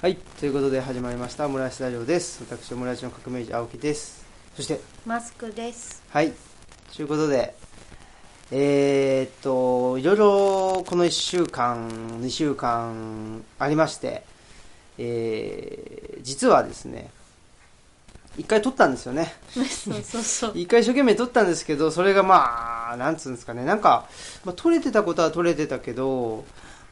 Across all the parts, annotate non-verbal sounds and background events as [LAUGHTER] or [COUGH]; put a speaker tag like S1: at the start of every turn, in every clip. S1: はい、ということで始まりました、オムライスラジオです。私、オムライスの革命児、青木です。そして、
S2: マスクです。
S1: はい、ということで、えー、っと、いろいろこの1週間、2週間ありまして、えー、実はですね、一回撮ったんですよね。
S2: そうそうそう。
S1: 一回一生懸命撮ったんですけど、それがまあ、なんつうんですかね、なんか、まあ、撮れてたことは撮れてたけど、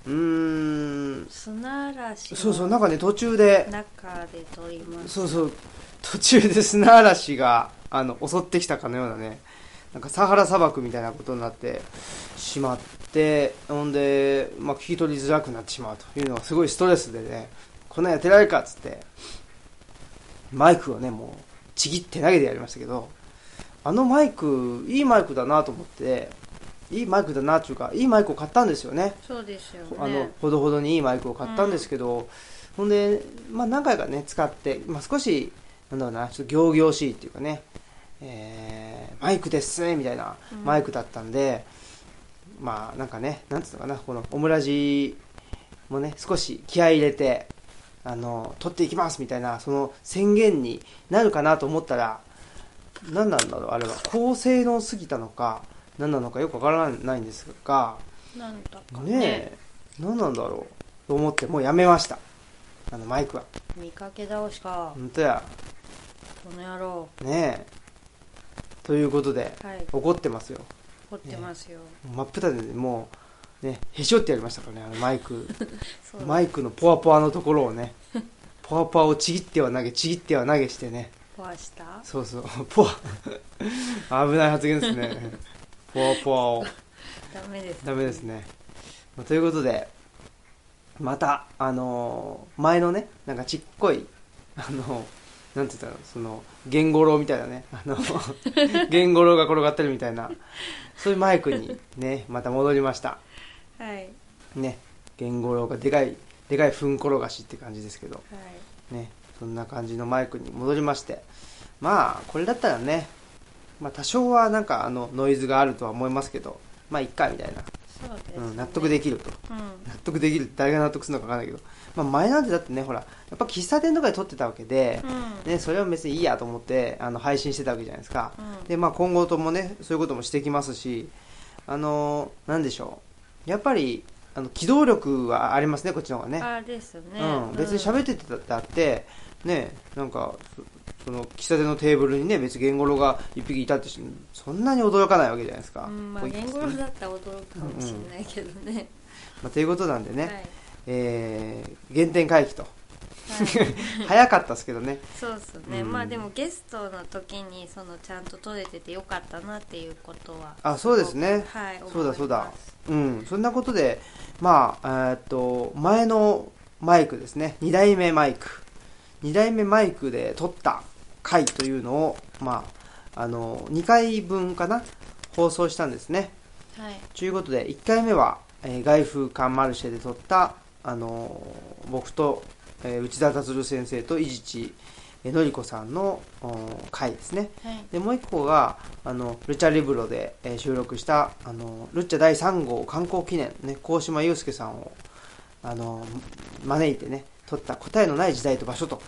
S1: うーん、
S2: [LAUGHS] 砂嵐
S1: そうそう、
S2: の
S1: なんかね、途中で、
S2: 中で撮ります。
S1: そうそう、途中で砂嵐があの襲ってきたかのようなね、なんかサハラ砂漠みたいなことになってしまって、ほんで、まあ、聞き取りづらくなってしまうというのがすごいストレスでね、こんなんやってられるかっつって、マイクをね、もうちぎって投げてやりましたけど、あのマイク、いいマイクだなと思って、いいマイクだなっていうか、いいマイクを買ったんですよね。
S2: そうですよ
S1: あの
S2: ね。
S1: ほどほどにいいマイクを買ったんですけど、ほんで、まあ、何回かね使って、まあ、少しなんだろうなちょっと仰々しいっていうかね、えーマイクですねみたいな
S2: うん
S1: マイクだったんで、まあなんかねなんつうのかなこのオムラジもね少し気合い入れてあの撮っていきますみたいなその宣言になるかなと思ったら何なんだろうあれは高性能すぎたのか何なのかよくわからないんですが
S2: なんだかね
S1: ねえ何なんだろうと思ってもうやめましたあのマイクは
S2: 見かけ倒しか、
S1: 本当や
S2: この野郎、
S1: ねえということで
S2: はい、
S1: 怒ってますよ
S2: 掘ってますよ。
S1: 真っ二つでもうねへし折ってやりましたからねあのマイ
S2: [LAUGHS]
S1: ク
S2: そうだ
S1: マイクのポワポワのところをねポワポワをちぎっては投げちぎっては投げしてね
S2: 壊した
S1: そうそうポワ [LAUGHS] 危ない発言ですね
S2: [LAUGHS]
S1: ポワポワを
S2: ダメです。
S1: ダメです。ね。まあということで、また、あのー前のね、なんかちっこい、あのーなんて言ったの、その、ゲンゴロウみたいなね、あの、ゲンゴロウが転がってるみたいな、そういうマイクにね、また戻りました。
S2: はい、はい。
S1: ね、ゲンゴロウがでかい、でかいふん転がしって感じですけど、ね、そんな感じのマイクに戻りまして、まあ、これだったらね、まあ多少はなんかあの、ノイズがあるとは思いますけど、まあ、いっか、みたいな。
S2: そうです、ね。
S1: うん、納得で
S2: き
S1: きると。
S2: うん。
S1: 納得できるって誰が納得するのか分かんないけど、まあ、前なんてだってねほらやっぱ喫茶店とかで撮ってたわけで、
S2: うん。
S1: ね、それは別にいいやと思ってあの配信してたわけじゃないですか、
S2: うん
S1: でまあ、今後ともねそういうこともしてきますしあのなんでしょうやっぱりあの機動力はありますねこっちの方がね
S2: あですね。
S1: うん、別に喋っててだってねなんかそその喫茶店のテーブルにね別にゲンゴロが一匹いたってしそんなに驚かないわけじゃないですか、
S2: うん、まあ、
S1: こうい
S2: 言語だったら驚くかもしれないけどね。
S1: まあ、ということなんでね、
S2: はい。はい。
S1: えー原点回帰と早かったですけどね。
S2: そうっすね、
S1: うん
S2: まあでもゲストの時にそのちゃんと撮れててよかったなっていうことは
S1: あそうですね
S2: はい思います
S1: そうだそうだうん。そんなことで、まあ、えーっと、前のマイクですね。二代目マイク。二代目マイクで撮った回というのを、まあ、あの、2回分かな放送したんですね。
S2: はい
S1: ということで、1回目は、えー外風館マルシェで撮った、あのー僕と、えー内田達郎先生と伊地知えーのりこさんのおー回ですね。
S2: はい
S1: でもう一個があのルチャリブロで、えー収録したあのルッチャ第3号観光記念、ね、鴻島祐介さんをあの招いてね撮った答えのない時代と場所と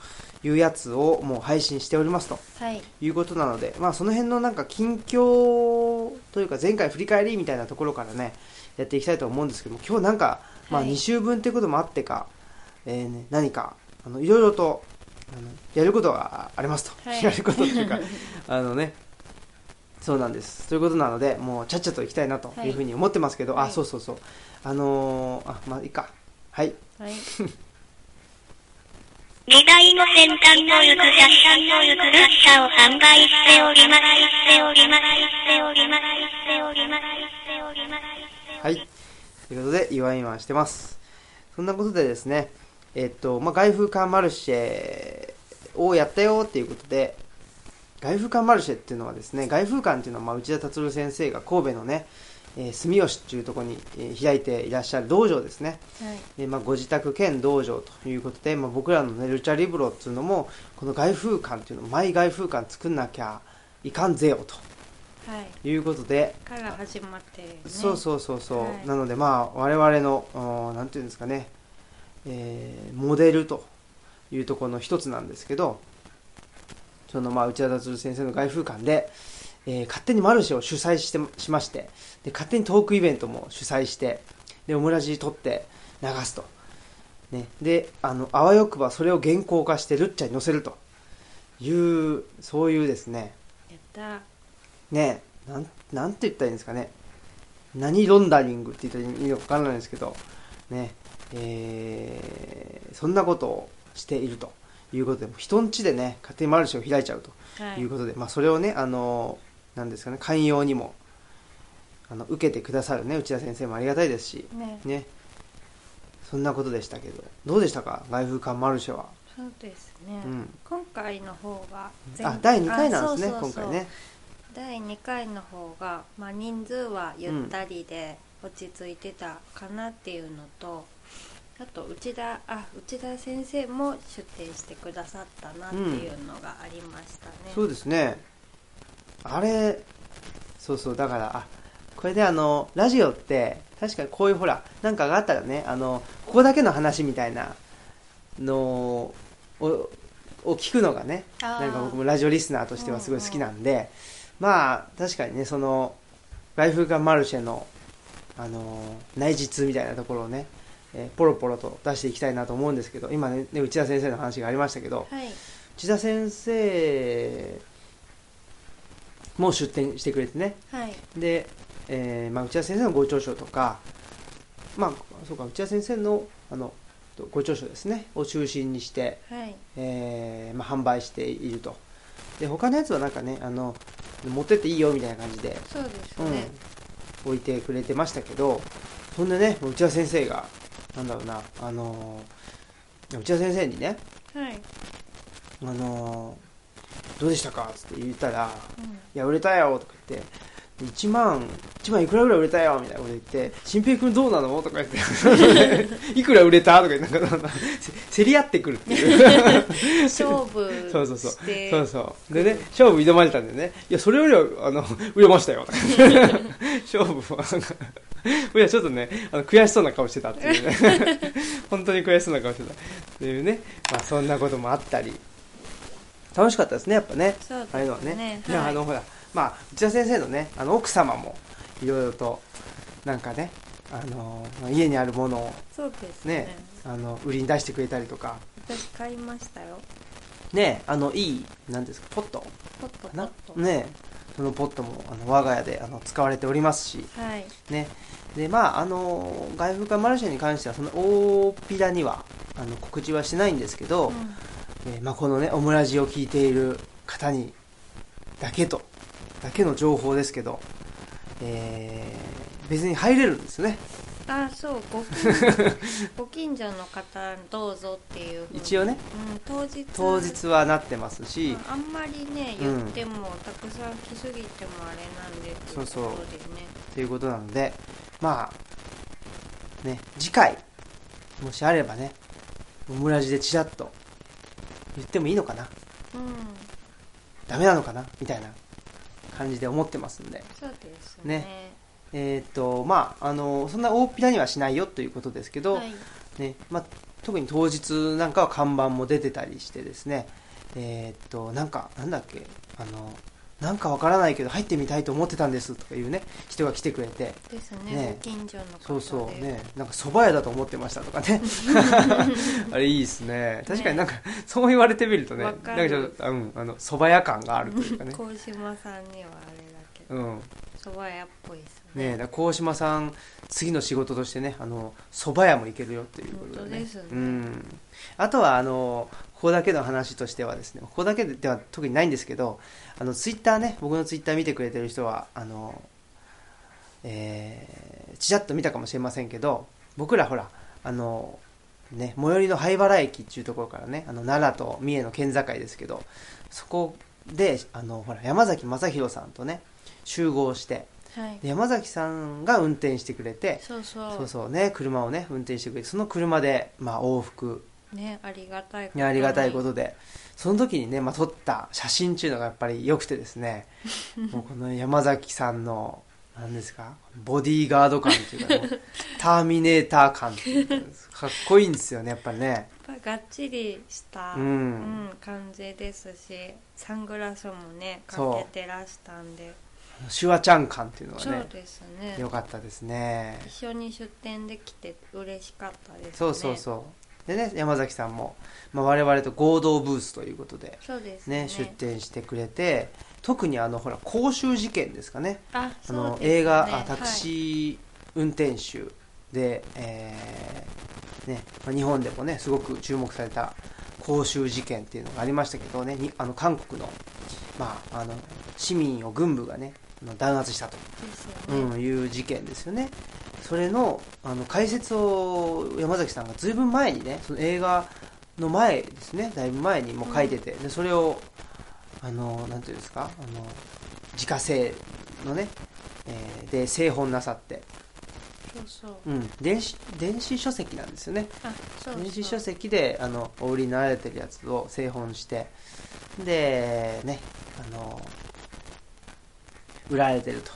S1: いうやつをもう配信しておりますと
S2: はい
S1: いうことなので、まあ、その辺のなんか近況というか前回振り返りみたいなところからねやっていきたいと思うんですけども今日なんか、まあ、
S2: はい
S1: 2週分ということもあってか、えーね、何かあのいろいろとあのやることがありますと、
S2: はい
S1: やることという
S2: [LAUGHS]
S1: かあのねそうなんですということなのでもうちゃっちゃと行きたいなというふうに思ってますけど、
S2: はい
S1: あそうそうそうあのーあまあいいかはい
S2: はい
S3: 時代の先端の行く車線の行く列車を販売しております、しております、しております、しております、しております。
S1: はい。ということで、祝い祝いしてます。そんなことでですね、えっと、まあ、外風館マルシェをやったよっていうことで、外風館マルシェっていうのはですね、外風館っていうのは、まあ、内田達郎先生が神戸のね、えー住吉っていうところに、えー開いていらっしゃる道場ですね。
S2: はい
S1: で、まあ、ご自宅兼道場ということで、まあ、僕らのね、ルチャリブロっていうのも、この外風館っていうの、マイ外風館作んなきゃいかんぜよ
S2: はい
S1: ということで、
S2: から始まって、ね、
S1: そうそうそうそう、
S2: はい
S1: なのでまあ我々のおーなんていうんですかね、えーモデルというところの一つなんですけど、そのまあ内田達郎先生の外風館で、えー勝手にマルシェを主催してしましてで、勝手にトークイベントも主催して、で、オムラジ撮って流すと。ね、で、あの、あわよくばそれを原稿化してルッチャに載せるという、そういうですね、
S2: やった
S1: ねえなんなんて言ったらいいんですかね何ロンダリングって言ったらいいのか分からないんですけどねえーそんなことをしているということでもう人ん家でね勝手にマルシェを開いちゃうと
S2: はい
S1: いうことで、まあ、それをねあのなんですかね寛容にもあの受けてくださるね内田先生もありがたいですし
S2: ね
S1: ねそんなことでしたけどどうでしたか外風館マルシェは、
S2: そうですね、
S1: うん
S2: 今回の方が
S1: あ第2回なんですね
S2: あそうそうそう
S1: 今回ね
S2: 第2回の方が、まあ、人数はゆったりで落ち着いてたかなっていうのと、あと内田あ内田先生も出展してくださったなっていうのがありましたね、
S1: そうですねあれそうそうだからあこれであのラジオって確かにこういうほらなんかがあったらねあのここだけの話みたいなのをを聞くのがね
S2: あー
S1: なんか僕もラジオリスナーとしてはすごい好きなんで、まあ確かにねその外風館マルシェの、あの内実みたいなところをね、えーポロポロと出していきたいなと思うんですけど今ねね内田先生の話がありましたけど、
S2: はい
S1: 千田先生も出展してくれてね
S2: はい
S1: で、えーまあ、内田先生のご著書とかまあそうか内田先生のあのとご著書ですねを中心にして、
S2: はい
S1: えーまあ、販売しているとで他のやつはなんかねあの持ってっていいよみたいな感じで、
S2: そうです
S1: うん
S2: ね、
S1: 置いてくれてましたけどそんでねもう内田先生がなんだろうなあの内田先生にね
S2: はい、
S1: あのーどうでしたか?」って言ったら「 [LAUGHS]
S2: うん
S1: いや売れたよ」とか言って。1万、1万いくらぐらい売れたよみたいなこと言って、新平君どうなのとか言って、 [LAUGHS] いくら売れたとか言って、なんかなんか、せ競り合ってくるっていう。
S2: 勝負して
S1: そうそうそう。そうそう。でね、勝負挑まれたんでね、いや、それよりは、あの、売れましたよ。 [LAUGHS] 勝負は、なんか、いや、ちょっとね、あの悔しそうな顔してたっていうね。本当に悔しそうな顔してた。っていうね、まあ、そんなこともあったり。楽しかったですね、やっぱね。
S2: そうですね
S1: ああいうのはね。いや、
S2: はい
S1: あの、ほら、まあ、内田先生のね、あの、奥様も、いろいろと、なんかね、あの、家にあるものを
S2: そうですね
S1: ね、あの、売りに出してくれたりとか、
S2: 私買いましたよ
S1: ね、あの、いい、なんですか、ポット
S2: ポットポ
S1: な
S2: ット、
S1: ねそのポットもあの我が家であの使われておりますし
S2: はい
S1: ねでまああの外風館マルシェに関してはその大っぴらにはあの告知はしてないんですけど、
S2: うん
S1: えーまあ、このねオムラジを聞いている方にだけとだけの情報ですけど、えー別に入れるんですよね
S2: あそうご
S1: [LAUGHS]
S2: 近ご近所の方どうぞっていうふうに
S1: 一応ね、
S2: うん、当日
S1: 当日はなってますし、
S2: うんあんまりね
S1: うん
S2: 言っても、たくさん来すぎてもあれなんでってい
S1: そうそう
S2: ことでね
S1: ということなので、まあ、ね、次回、もしあればね、オムラジでちらっと言ってもいいのかな
S2: うん
S1: ダメなのかなみたいな感じで思ってますんで。
S2: そうですね
S1: えーっと、まあ、あの、そんな大っぴらにはしないよということですけど、
S2: はい
S1: ね、まあ、特に当日なんかは看板も出てたりしてですね、えーっと、なんか、なんだっけ、あの、なんかわからないけど入ってみたいと思ってたんですとかいうね、人が来てくれて、
S2: ですね
S1: ね
S2: ご近所の方で
S1: そうそうねなんか蕎麦屋だと思ってましたとか [LAUGHS] ねあれいいですね確かになんか、そう言われてみるとねな
S2: わ
S1: ん
S2: か
S1: か
S2: る
S1: ちょっと、うん、あの蕎麦屋感があるというかね
S2: 鴻島さんにはあれだけど
S1: うん
S2: そば屋っぽいです
S1: ね
S2: ね
S1: だから鴻島さん次の仕事としてねあの蕎麦屋も行けるよっていうことでね
S2: 本当ですね
S1: うん、あとはあのここだけの話としてはですねここだけでは特にないんですけどあのツイッターね僕のツイッター見てくれてる人はあのえー、ちらっと見たかもしれませんけど僕らほらあのね最寄りの灰原駅っていうところからねあの奈良と三重の県境ですけどそこであのほら山崎正弘さんとね集合して
S2: はい
S1: で山崎さんが運転してくれて
S2: そうそう
S1: そうそうね車をね運転してくれてその車で、まあ、往復
S2: ねありがたいこと
S1: ねありがたいことでその時にね、まあ、撮った写真っていうのがやっぱり良くてです
S2: [LAUGHS]
S1: ねもうこの山崎さんの何ですかボディー
S2: [LAUGHS]
S1: ガード感っていうか、ね、ターミネーター感っていうかかっこいいんですよねやっぱりね
S2: やあがっちりした、
S1: う
S2: うん
S1: ん、
S2: 感じですしサングラスもね
S1: そう
S2: かけてらしたんで
S1: シュワちゃん感っていうの
S2: そう,、
S1: がね
S2: ですね
S1: 良かったですね
S2: 一緒に出店できて嬉しかったですね
S1: そうそうそうでね山崎さんも、まあ、我々と合同ブースということで、
S2: そうですね
S1: ね、出展してくれて特にあのほら公衆事件ですかね
S2: あ
S1: あ
S2: そう
S1: の
S2: ですね
S1: 映画、
S2: は
S1: あ
S2: い
S1: タクシー運転手で、えーねまあ日本でもねすごく注目された公衆事件っていうのがありましたけどねにあの韓国の,、まあ、あの市民を軍部がねあの弾圧したと、
S2: です
S1: う
S2: よね、
S1: ん、いう事件ですよねそれのあの解説を山崎さんがずいぶん前にねその映画の前ですねだいぶ前にもう書いてて、でそれをあのなんていうんですかあの自家製のね、えーで製本なさって、
S2: そうそう
S1: うん、電子電子書籍なんですよね
S2: あそうそう
S1: 電子書籍であのお売りになられてるやつを製本してでねあの売られてると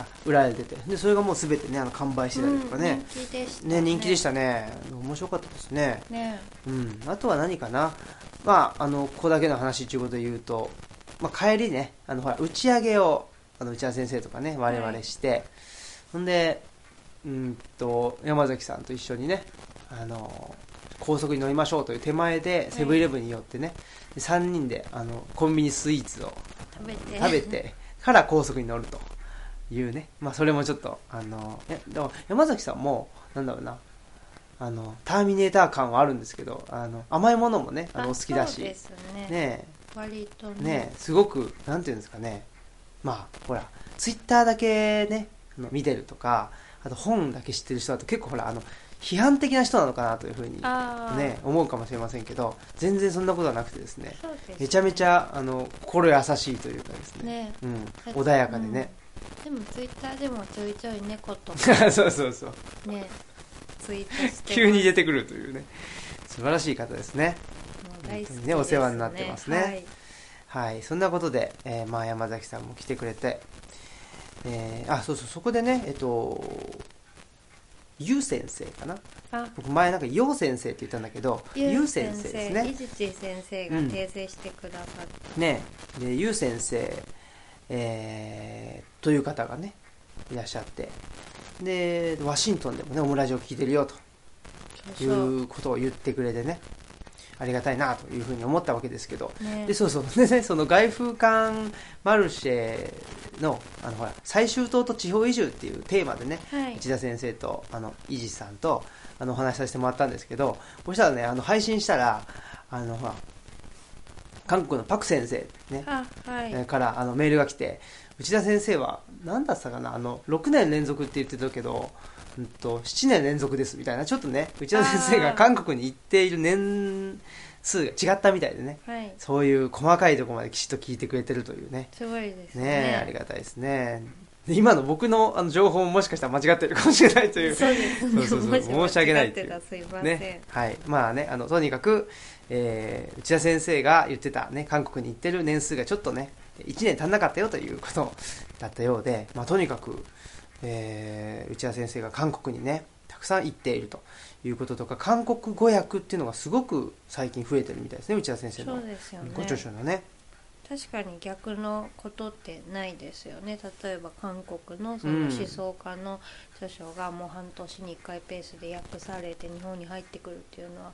S1: あ売られててでそれがもう全てねあの完売してたりとかね,、
S2: うん、人気でした
S1: ね人気でしたたね面白かったですね
S2: ね
S1: うん、あとは何かな、まあ、あのここだけの話ということで言うと、まあ、帰りねあのほら打ち上げをあの内田先生とかね我々して、ほんでうんと山崎さんと一緒にねあの高速に乗りましょうという手前でセブンイレブンに寄ってね、で3人であのコンビニスイーツを
S2: 食べて
S1: 食べてから高速に乗るというね、まあ、それもちょっとあのえでも山崎さんもなんだろうなあのターミネーター感はあるんですけどあの甘いものもねあのお好きだし
S2: そうで
S1: ね
S2: すね
S1: え
S2: 割とね
S1: ねえすごくなんていうんですかねまあほらツイッターだけねあの見てるとかあと本だけ知ってる人だと結構ほらあの批判的な人なのかなというふうに、
S2: ああ
S1: ね、思うかもしれませんけど全然そんなことはなくてですね
S2: そうですね
S1: めちゃめちゃあの心優しいというかですね
S2: ね
S1: うん、穏やかでね、、
S2: うんでもツイッターでもちょいちょい猫
S1: [LAUGHS]
S2: と
S1: そうそうそう [LAUGHS]
S2: ねツイートしてます
S1: 急に出てくるというね素晴らしい方ですね
S2: もう大
S1: 本当
S2: 好きです
S1: にねお世話になってますね
S2: はい
S1: はいそんなことで、えーまあ、山崎さんも来てくれて、えーあそうそうそこでねえっとゆう先生かな
S2: あ
S1: 僕前なんかよう先生って言ったんだけどゆう先生ですね
S2: 伊地知先生が
S1: うん
S2: 訂正してくださっ
S1: ねでゆう先生、えーという方がねいらっしゃってでワシントンでもねオムラジオ聞いてるよと
S2: た、
S1: い
S2: そう
S1: うことを言ってくれてねありがたいなというふうに思ったわけですけど、
S2: ね
S1: でそうそう [LAUGHS] でねその外風館マルシェのあのほら最終島と地方移住っていうテーマでね
S2: はい
S1: 内田先生とあの伊地さんとあのお話しさせてもらったんですけどそしたらねあの配信したらあのほら韓国のパク先生ね
S2: あはい、
S1: えーからあのメールが来て内田先生は何だったかなあの6年連続って言ってたけど、うん、と7年連続ですみたいなちょっとね内田先生
S2: あ
S1: が
S2: ー
S1: 韓国に行っている年数が違ったみたいでね
S2: はい
S1: そういう細かいところまできちっと聞いてくれてるというね
S2: すごいです
S1: ね
S2: ね
S1: えありがたいですねで今の僕のあの情報ももしかしたら間違ってるかもしれないという
S2: そうですね
S1: そうそうそう
S2: も
S1: 申し訳ない
S2: 間違ってた
S1: っ
S2: らすいません、
S1: ね、はい、まあね、あのとにかく、えー内田先生が言ってたね、韓国に行ってる年数がちょっとね、1年足んなかったよということだったようで、まあとにかく、えー内田先生が韓国にね、たくさん行っているということとか、韓国語訳っていうのがすごく最近増えてるみたいですね、内田先生
S2: そ
S1: の
S2: う。ですよね
S1: ご著書のね。
S2: 確かに逆のことってないですよね例えば韓国のその思想家の著書がもう半年に1回ペースで訳されて日本に入ってくるっていうのは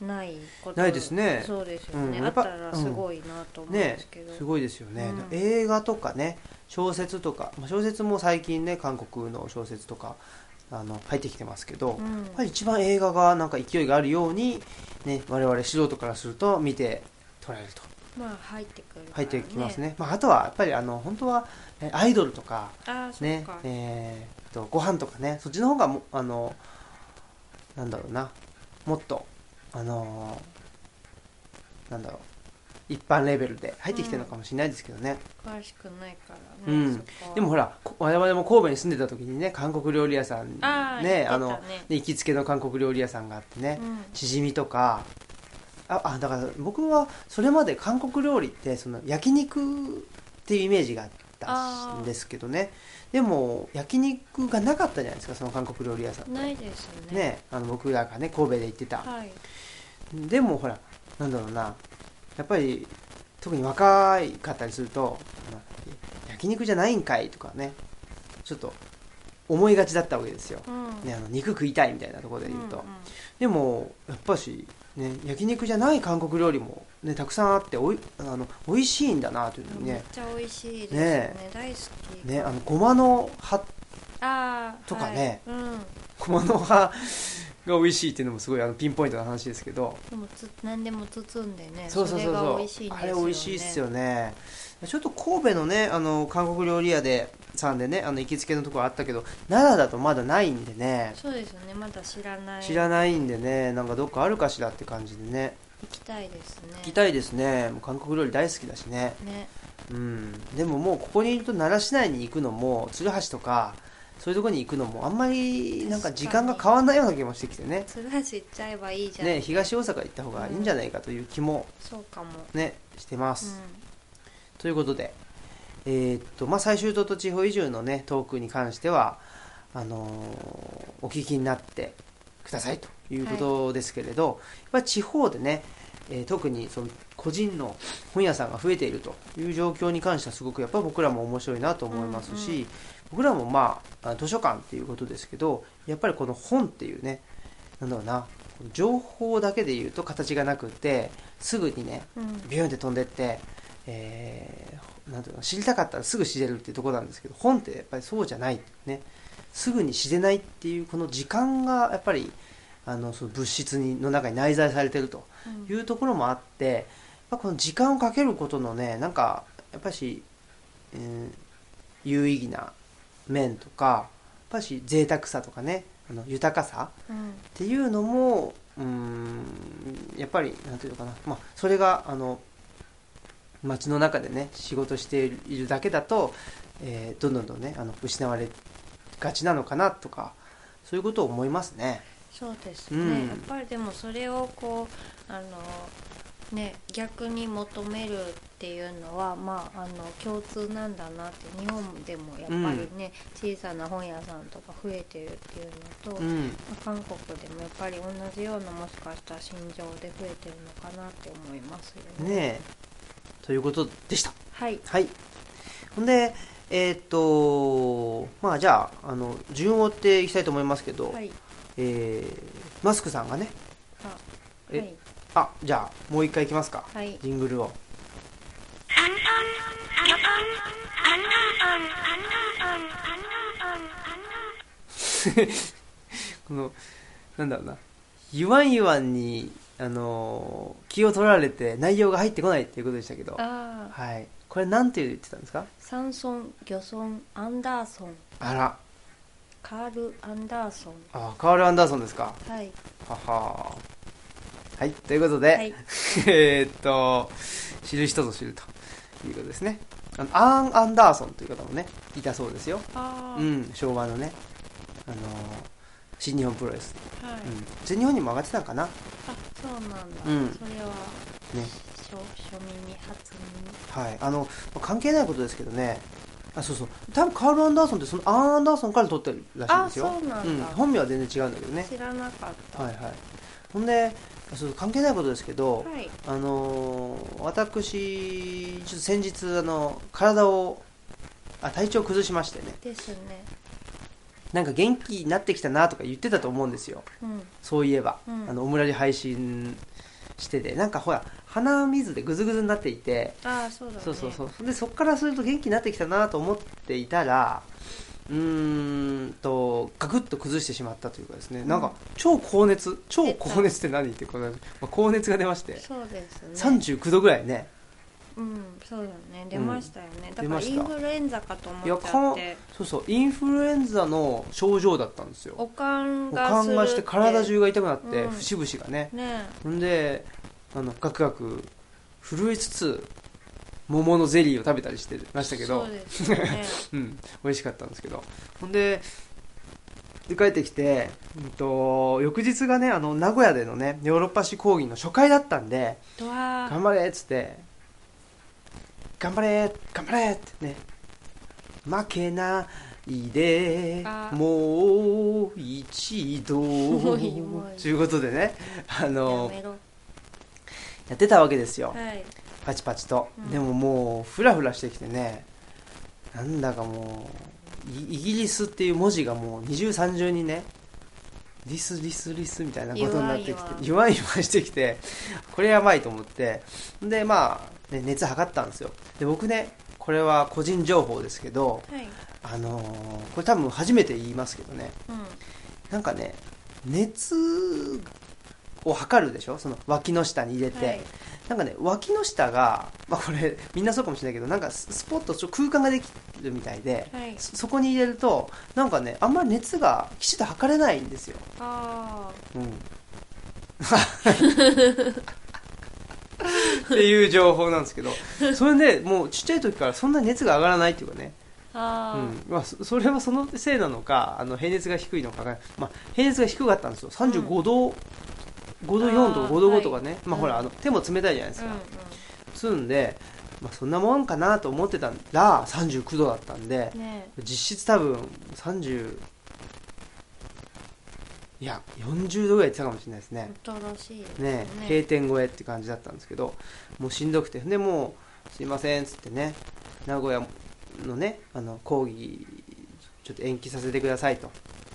S2: ないこと
S1: ないですね
S2: そうですよね、
S1: うんや
S2: あ
S1: っ
S2: っ
S1: ぱ
S2: たらすごいなと思うん
S1: ね
S2: ですけど、
S1: すごいですよね、
S2: うん
S1: 映画とかね小説とか、まあ、小説も最近ね韓国の小説とかあの入ってきてますけど、
S2: う
S1: や
S2: ん
S1: っぱり一番映画がなんか勢いがあるように、ね、我々素人からすると見て捉えると
S2: まあ入ってくるから
S1: 入ってきますねまあ、あとはやっぱりあの本当はえアイドルとか
S2: ああそっ
S1: ね
S2: か、
S1: えーっとご飯とかねそっちの方がもあのなんだろうなもっとあのーなんだろう一般レベルで入ってきてるのかもしれないですけどね、
S2: 詳しくないからね、
S1: うん
S2: そこは
S1: でもほらこ我々も神戸に住んでた時にね韓国料理屋さん
S2: ああ
S1: ね
S2: 言ってたね
S1: あので行きつけの韓国料理屋さんがあってね、
S2: うん
S1: チヂミとかああだから僕はそれまで韓国料理ってその焼肉っていうイメージがあった
S2: あ
S1: ん
S2: ー
S1: ですけどねでも焼肉がなかったじゃないですかその韓国料理屋さんって
S2: ないですね
S1: ねあの僕らがね神戸で行ってた
S2: はい
S1: でもほらなんだろうなやっぱり特に若いかったりするとまあ焼肉じゃないんかいとかねちょっと思いがちだったわけですよ、
S2: うん
S1: ね、あの肉食いたいみたいなところで言うと、でもやっぱし、ね、焼肉じゃない韓国料理も、ね、たくさんあっておいあの美味しいんだなという
S2: うんうんめっ
S1: ね
S2: ちゃ美味しいですね
S1: ね
S2: 大好き
S1: ねあのごまの葉 [LAUGHS]
S2: あー
S1: とかね
S2: はいうん
S1: ごまの葉が美味しいっていうのもすごいあのピンポイントな話ですけど
S2: でもつ何でも包んでね
S1: そうそうそう
S2: れが
S1: そ
S2: 美
S1: う
S2: 味しいんで
S1: あ
S2: す
S1: れ
S2: よね
S1: 美味しいっすよねちょっと神戸のねあの韓国料理屋でさんでねあの行きつけのところあったけど奈良だとまだないんでね
S2: そうですよねまだ知らない
S1: 知らないんでねなんかどっかあるかしらって感じでね
S2: 行きたいですね
S1: 行きたいですねもう韓国料理大好きだしね
S2: ね
S1: うん、でももうここにいると奈良市内に行くのも鶴橋とかそういうところに行くのもあんまりなんか時間が変わんないような気もしてきてね
S2: 鶴橋行っちゃえばいいじゃん、
S1: ね東大阪行った方がいいんじゃないかという気も、
S2: そうかも、
S1: ね、してま
S2: う
S1: す、
S2: ん、
S1: ということで、えーっとまあ、最終都と地方移住の、ね、トークに関してはあのーお聞きになってくださいということですけれど、やっぱり地方でね、えー特にその個人の本屋さんが増えているという状況に関してはすごくやっぱり僕らも面白いなと思いますし、
S2: うんう
S1: 僕らもまああ図書館っていうことですけどやっぱりこの本っていうねなんだろうな情報だけで言うと形がなくてすぐにね
S2: うん
S1: ビューンって飛んでって、えーなんていうの知りたかったらすぐ知れるっていうところなんですけど本ってやっぱりそうじゃないねすぐに知れないっていうこの時間がやっぱりあのその物質にの中に内在されてると
S2: うん
S1: いうところもあって、まあ、この時間をかけることのねなんかやっぱし、うん有意義な面とかやっぱし贅沢さとかねあの豊かさ
S2: うん
S1: っていうのもうーんやっぱりなんていうのかな、まあ、それがあの街の中でね仕事しているだけだと、えーどんどんどんねあの失われがちなのかなとかそういうことを思いますね。
S2: そうですね、
S1: うん
S2: やっぱりでもそれをこうあのね逆に求めるっていうのはまああの共通なんだなって日本でもやっぱりね、小さな本屋さんとか増えてるっていうのと、
S1: う
S2: ま
S1: ん、
S2: あ韓国でもやっぱり同じようなもしかしたら心情で増えてるのかなって思いますよね。
S1: ねえということでした。
S2: はい、
S1: はい、ほんでえーっとまあじゃああの順を追っていきたいと思いますけど、
S2: はい、
S1: えーマスクさんがね
S2: あは
S1: え
S2: い、
S1: あじゃあもう一回いきますか、
S2: はい
S1: ジングルを。
S3: アンソン、アンソン、アンダーソン、アンダーソン、アンダーソン、アンダーソン。
S1: このなんだろうなゆわんゆわんに、あのー気を取られて内容が入ってこないっていうことでしたけど、
S2: ああ、
S1: はい、これなんて言ってたんですか
S2: サンソン、ギョソン、アンダーソン、
S1: あら
S2: カール・アンダーソン。
S1: あカール・アンダーソンですか
S2: はい、
S1: はははいということで、
S2: はい
S1: [LAUGHS] えーっと知る人ぞ知るということですねあのアーン・アンダーソンという方もねいたそうですよ、
S2: ああ、
S1: うん、昭和のね、あのー新日本プロレス、
S2: はい。
S1: うん、全日本にも上がってたのかな
S2: あそうなんだ、
S1: うん
S2: それは
S1: ね
S2: 初初耳初
S1: はい、あのまあ関係ないことですけどねあそうそう多分カール・アンダーソンってそのアーン・アンダーソンから取ってるらしいんですよ
S2: あそうなんだ
S1: 本名は全然違うんだけどね
S2: 耳知らなかった
S1: はいはいほんであそう関係ないことですけど、
S2: はい
S1: あのー私ちょっと先日あの体をあ体調崩しましてね
S2: ですね
S1: なんか元気になってきたなとか言ってたと思うんですよ
S2: うん
S1: そういえば、
S2: うん
S1: あのオムラジ配信しててなんかほら鼻水でグズグズになっていて
S2: ああそうだね
S1: そうそうそうでそこからすると元気になってきたなと思っていたらうーんとガクッと崩してしまったというかですね、なんか超高熱超高熱って何ってこの、まあ、高熱が出まして
S2: そうですね
S1: 39度ぐらいね
S2: うんそうだね出ましたよね、だ
S1: 出
S2: か
S1: ま
S2: ら
S1: した
S2: インフルエンザかと思っ
S1: いや
S2: ちゃっ
S1: か
S2: て
S1: そうそうインフルエンザの症状だったんですよ
S2: おかん
S1: お
S2: が
S1: か
S2: す
S1: ん
S2: る
S1: がして体中が痛くなって、
S2: うん
S1: 節々がね
S2: ね
S1: ほんであのガクガク震えつつ桃のゼリーを食べたりしてましたけど
S2: そうです
S1: [LAUGHS]
S2: よね
S1: うん、美味しかったんですけどほんでで帰ってきて、うん、と翌日がねあの名古屋でのねヨーロッパ史講義の初回だったんで
S2: とは
S1: 頑張れっつって頑張れ頑張れってね負けないで
S2: あ
S1: もう一度
S2: [LAUGHS] もういいもういい
S1: ということでねあ
S2: や
S1: の
S2: めろ
S1: やってたわけですよ、
S2: はい
S1: パチパチと、
S2: うん
S1: でももうフラフラしてきてねなんだかもうイイギリスっていう文字がもう二重三重にねリスリスリスみたいなことになってきて
S2: ゆ
S1: ゆわゆわしてきてこれやばいと思ってでまあ、ね、熱測ったんですよで僕ねこれは個人情報ですけど
S2: はい
S1: あのーこれ多分初めて言いますけどね
S2: うん
S1: なんかね熱を測るでしょその脇の下に入れて、
S2: はい
S1: なんかね脇の下が、まあ、これみんなそうかもしれないけどなんかススポッとちょっと空間ができるみたいで、
S2: はい
S1: そそこに入れるとなんかねあんまり熱がきちっと測れないんですよ、
S2: あ
S1: うん
S2: [LAUGHS]
S1: っていう情報なんですけどそれでもうちっちゃい時からそんなに熱が上がらないっていうかね
S2: あああ、
S1: うんまあ、そそれはそのせいなのかあの平熱が低いのかが、まあ、平熱が低かったんですよ35度、5度4と
S2: あ
S1: か
S2: ー
S1: 5度5とかねまあ、
S2: うん
S1: ほらあの手も冷たいじゃないです
S2: うん
S1: か
S2: うん、
S1: つ、んで、まあ、そんなもんかなと思ってたら39度だったんで、
S2: ね
S1: 実質多分30いや40度ぐらいいってたかもしれないですね、
S2: 恐ろしいです
S1: ね閉店超えって感じだったんですけどもうしんどくてでもうすいませんっつってね名古屋のねあの講義ちょっと延期させてくださいと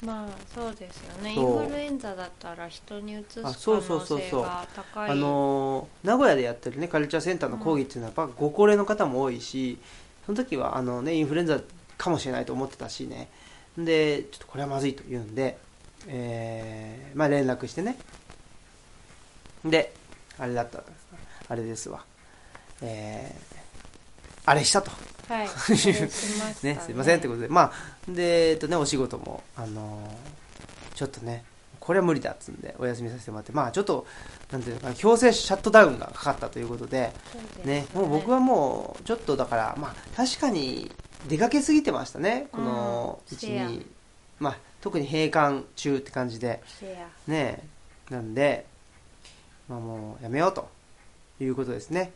S2: まあそうですよねイン
S1: そう
S2: フルエンザだったら人にうつす可
S1: あ
S2: 能
S1: そうそうそう
S2: 性
S1: そう
S2: が高い
S1: あのー名古屋でやってるねカルチャーセンターの講義っていうのはやっぱご高齢の方も多いしその時はあの、ね、インフルエンザかもしれないと思ってたしねでちょっとこれはまずいと言うんで、えーまあ、連絡してねであれだったあれですわえーあれしたと
S2: はい
S1: [LAUGHS]
S2: 失礼しました
S1: ね、すいませんってことで、まあ、で、えっとね、お仕事も、あのーちょっとね、これは無理だっつうんで、お休みさせてもらって、まあ、ちょっと、なんていうのかな、強制シャットダウンがかかったということで、
S2: そうです
S1: ね、もう僕はもう、ちょっとだから、まあ、確かに、出かけすぎてましたね、この、
S2: うん
S1: うち
S2: せや
S1: に、まあ、特に閉館中って感じで、
S2: シェア
S1: ね、なんで、まあ、もう、やめようということですね。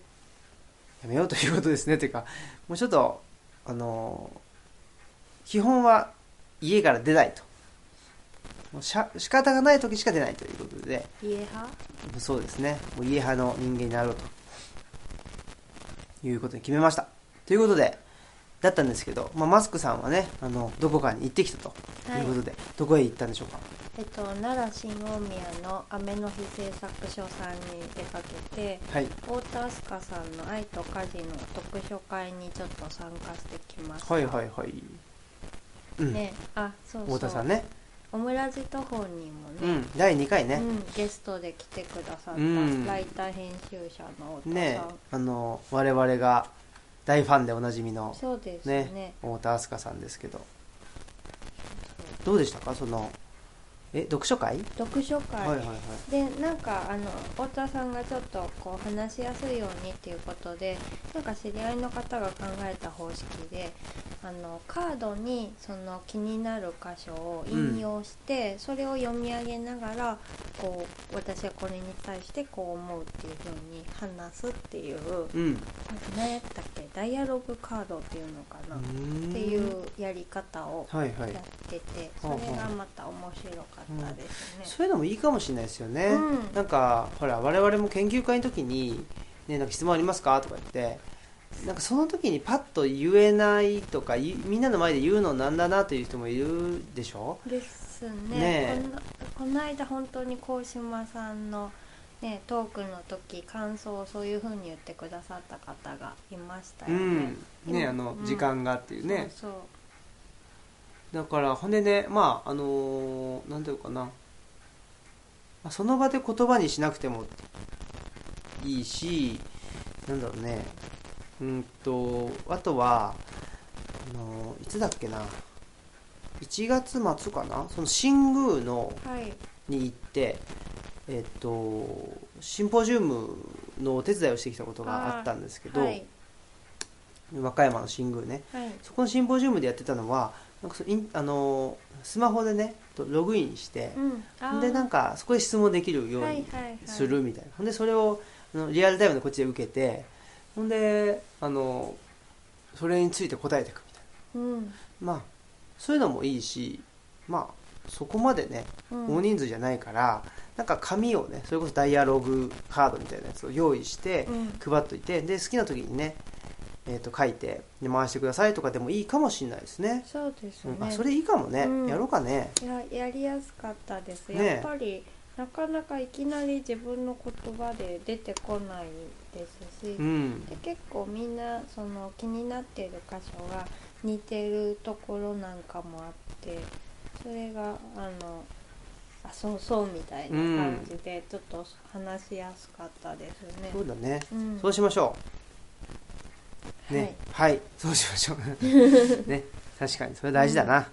S1: やめようということですね、というか、もうちょっと、あの基本は家から出ないと。もうしゃ仕方がない時しか出ないということで、
S2: 家派
S1: そうですね、もう家派の人間になろうということに決めました。ということで、だったんですけど、まあ、マスクさんはね、あの、どこかに行ってきたと
S2: はい
S1: いうことで、どこへ行ったんでしょうか。
S2: えっと奈良新大宮の雨の日製作所さんに出かけて
S1: はい。
S2: 太田明日香さんの「愛と家事」の読書会にちょっと参加してきました
S1: はいはいはい。うん。
S2: ねあそうそう
S1: 太田さんね。
S2: オムラジ途方にも
S1: う
S2: ね、
S1: ん。第2回
S2: う
S1: ね。
S2: んゲストで来てくださった、
S1: うん
S2: ライター編集者の太田さん、
S1: ねあの、我々が大ファンでおなじみの、
S2: そうですね
S1: ね、太田明日香さんですけど。どうでしたかその、え、読書会
S2: 読書会、
S1: はいはいはい。
S2: でなんかあの太田さんがちょっとこう話しやすいようにっていうことでなんか知り合いの方が考えた方式であのカードにその気になる箇所を引用して、それを読み上げながらこう私はこれに対してこう思うっていうふうに話すっていう
S1: うん。
S2: 何やったっけダイアログカードっていうのかな、って
S1: て
S2: いうやり方を
S1: はいはい
S2: やってて、
S1: ほう
S2: そ
S1: ほう
S2: れがまた面白かったですね。
S1: そういうのもいいかもしれないですよね、
S2: うん
S1: なんかほら我々も研究会の時に「ね、なんか質問ありますか?」とか言ってなんかその時にパッと言えないとかいみんなの前で言うのなんだなという人もいるでしょ
S2: ですね
S1: ねえ
S2: このこの間本当に高島さんの、ね、トークの時感想をそういうふうに言ってくださった方がいましたよ
S1: う
S2: ね。
S1: んね
S2: うん
S1: あの
S2: うん
S1: 時間がっていうね、
S2: そうそう
S1: だからほんでねまああのーなんていうのかなまあその場で言葉にしなくてもいいしなんだろうねうんとあとはあのーいつだっけな1月末かなその新宮の
S2: はい
S1: に行ってえっとシンポジウムのお手伝いをしてきたことがあったんですけど、
S2: はい
S1: 和歌山の新宮ね
S2: はい
S1: そこのシンポジウムでやってたのはなんかそインあのスマホでねとログインして
S2: う、ん、あー
S1: でなんかそこで質問できるよう
S2: はい
S1: に
S2: はいはい
S1: するみたいな、ほんでそれをあのリアルタイムでこっちで受けてほんであのそれについて答えていくみたい
S2: うん
S1: なまあそういうのもいいしまあそこまでね
S2: うん
S1: 大人数じゃないからなんか紙をねそれこそダイアログカードみたいなやつを用意して
S2: うん
S1: 配っといてで好きな時にね、えー、と書いてで回してくださいとかでもいいかもしれないですね
S2: そうです
S1: う
S2: ね
S1: ん、あそれいいかもね、
S2: うん
S1: やろうかね
S2: いややりやすかったです、
S1: ねえ
S2: やっぱりなかなかいきなり自分の言葉で出てこないですし、
S1: うん
S2: で結構みんなその気になっている箇所が似てるところなんかもあってそれがあのあそうそうみたいな感じで、ちょっと話しやすかったですね。
S1: そうだね
S2: うん
S1: そうしましょうねはい、そうしましょ
S2: [LAUGHS]
S1: うね確かにそれ大事だな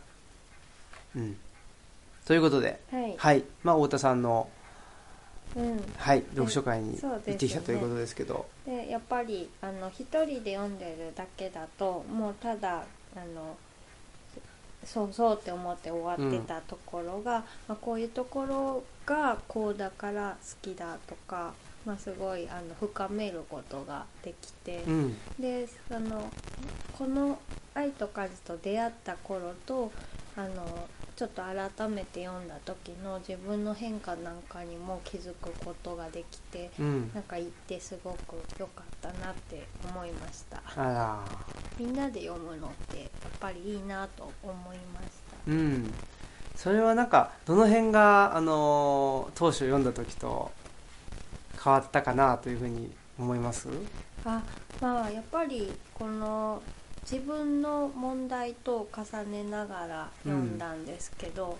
S1: うん、ということで
S2: はい、はい
S1: はい、まあ、太田さんの、
S2: うん、
S1: はい、読書会に
S2: そう
S1: 行
S2: ですね
S1: ってきたということですけど
S2: でやっぱりあの一人で読んでるだけだともうただあのそうそうって思って終わってたところが、まあ、こういうところがこうだから好きだとか、まあ、すごいあの深めることができて、
S1: うん
S2: でそのこの「愛と感じ」と出会った頃とあのちょっと改めて読んだ時の自分の変化なんかにも気づくことができて。
S1: うん
S2: なんか行ってすごく良かったなって思いました
S1: あら
S2: みんなで読むのってやっぱりいいなと思いました
S1: うんそれはなんかどの辺が、あのー当初読んだ時と変わったかなというふうに思います
S2: あまあやっぱりこの自分の問題と重ねながら読んだんですけど、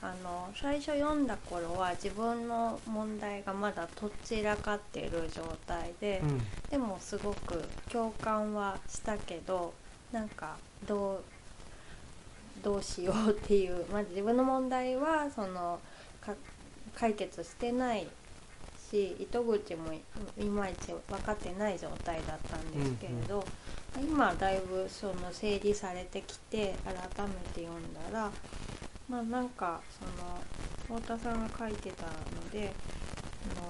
S2: あの最初読んだ頃は自分の問題がまだとっちらかっている状態で、
S1: うん
S2: でもすごく共感はしたけどなんかどうどうしようっていう、まあ、自分の問題はそのか解決してないし糸口もいいまいち分かってない状態だったんですけれど、今だいぶその整理されてきて改めて読んだらまあなんかその太田さんが書いてたので。あの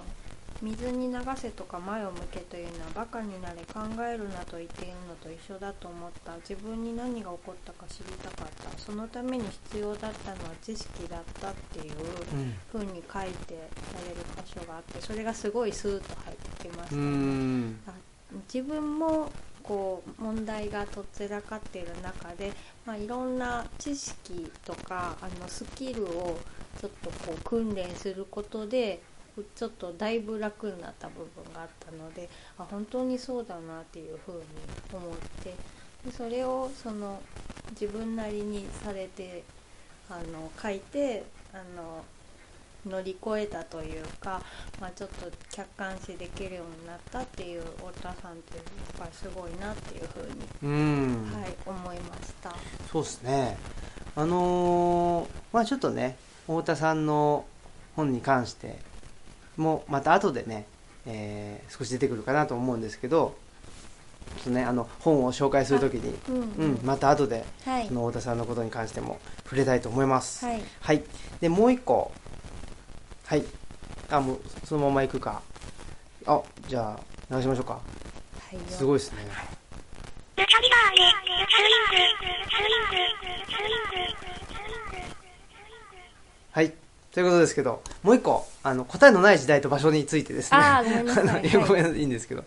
S2: 水に流せとか前を向けというのはバカになれ考えるなと言っているのと一緒だと思った自分に何が起こったか知りたかったそのために必要だったのは知識だったっていう
S1: うん
S2: 風に書いてられる箇所があってそれがすごいスーッと入ってきまし
S1: う
S2: た、
S1: ん
S2: あ自分もこう問題がとっちらかっている中で、まあ、いろんな知識とかあのスキルをちょっとこう訓練することでちょっとだいぶ楽になった部分があったのであ本当にそうだなっていうふうに思ってでそれをその自分なりにされてあの書いてあの乗り越えたというか、まあ、ちょっと客観視できるようになったっていう太田さんってやっぱりすごいなっていうふうに、
S1: うん、
S2: はい、思いました。
S1: そうですねあのーまあちょっとね太田さんの本に関してもまた後でね、えー少し出てくるかなと思うんですけどちょっとねあの本を紹介するときに、
S2: うん、
S1: うん、また後で
S2: はい
S1: そ、の太田さんのことに関しても触れたいと思います。
S2: はい、
S1: はい。で、もう一個。はい。あ、もう、そのまま行くか。あ、じゃあ、流しましょうか。す
S2: い
S1: ごいですね。
S3: ルチャリバーで、ルチャリング、ルチャリング、ルチャリング、ルチャリング。
S1: はい。ということですけど、もう一個、あの、答えのない時代と場所についてですね。
S2: あーごめんなさい
S1: [LAUGHS] あのやごめんなさい、いいんですけど。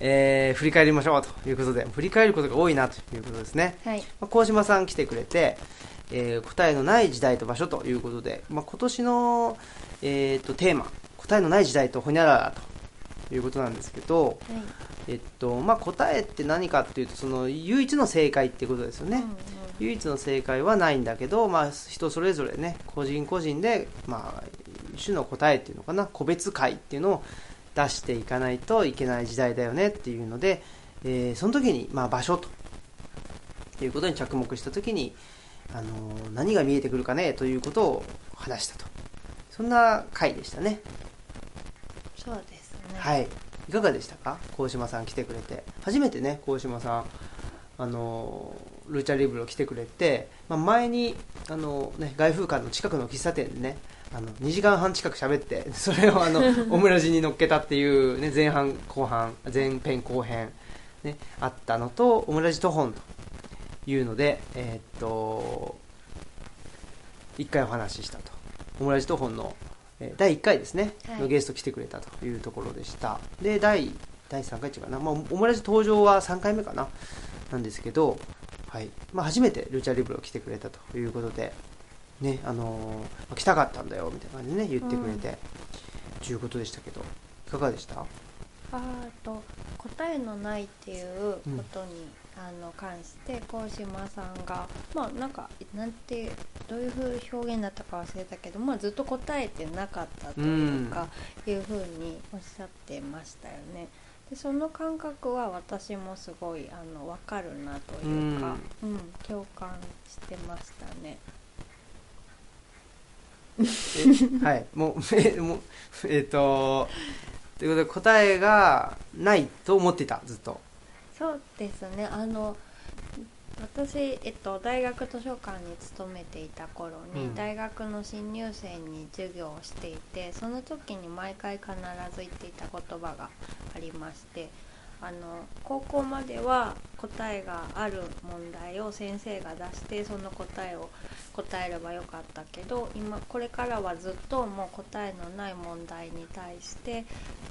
S1: えー、振り返りましょうということで、振り返ることが多いなということですね。
S2: はい
S1: まあ、鴻島さん来てくれて、えー答えのない時代と場所ということで、まあ、今年の、えー、とテーマ答えのない時代とほにゃららということなんですけど、
S2: はい
S1: えっとまあ、答えって何かっていうとその唯一の正解ってことですよね、
S2: うんうん
S1: 唯一の正解はないんだけど、まあ、人それぞれね個人個人で、まあ、一種の答えっていうのかな個別解っていうのを出していかないといけない時代だよねっていうので、えーその時に、まあ、場所ということに着目した時に、あのー何が見えてくるかねということを話したとそんな回でしたね、
S2: そうですね。
S1: はいいかがでしたか鴻島さん来てくれて初めてね鴻島さんあのールチャリブロ来てくれて、まあ、前にあの、ね、外風館の近くの喫茶店でねあの2時間半近く喋って [LAUGHS] それをあのオムラジに乗っけたっていう、ね、前半後半前編後編、ね、あったのとオムラジと本というのでえーっと1回お話ししたとオムラジと本の、えー第1回ですね、
S2: はい
S1: のゲスト来てくれたというところでしたで第第3回違うかな、まあ、オムラジ登場は3回目かななんですけど、はいまあ、初めてルチャリブロ来てくれたということで、ねあのー来たかったんだよみたいな感じでね言ってくれて、ということでしたけどいかがでした
S2: あーと答えのないっていうことに、あの関して高島さんがまあなんかなんてどういうふう表現だったか忘れたけど、まあ、ずっと答えてなかったというか、いうふうにおっしゃってましたよね。でその感覚は私もすごいあの分かるなというか、うん共感してましたね。
S1: えはい、もう、え、もう、えっ、と、ということで答えがないと思ってた、ずっと。
S2: そうですねあの私、えっと、大学図書館に勤めていた頃に、
S1: うん
S2: 大学の新入生に授業をしていてその時に毎回必ず言っていた言葉がありましてあの高校までは答えがある問題を先生が出してその答えを答えればよかったけど今これからはずっともう答えのない問題に対して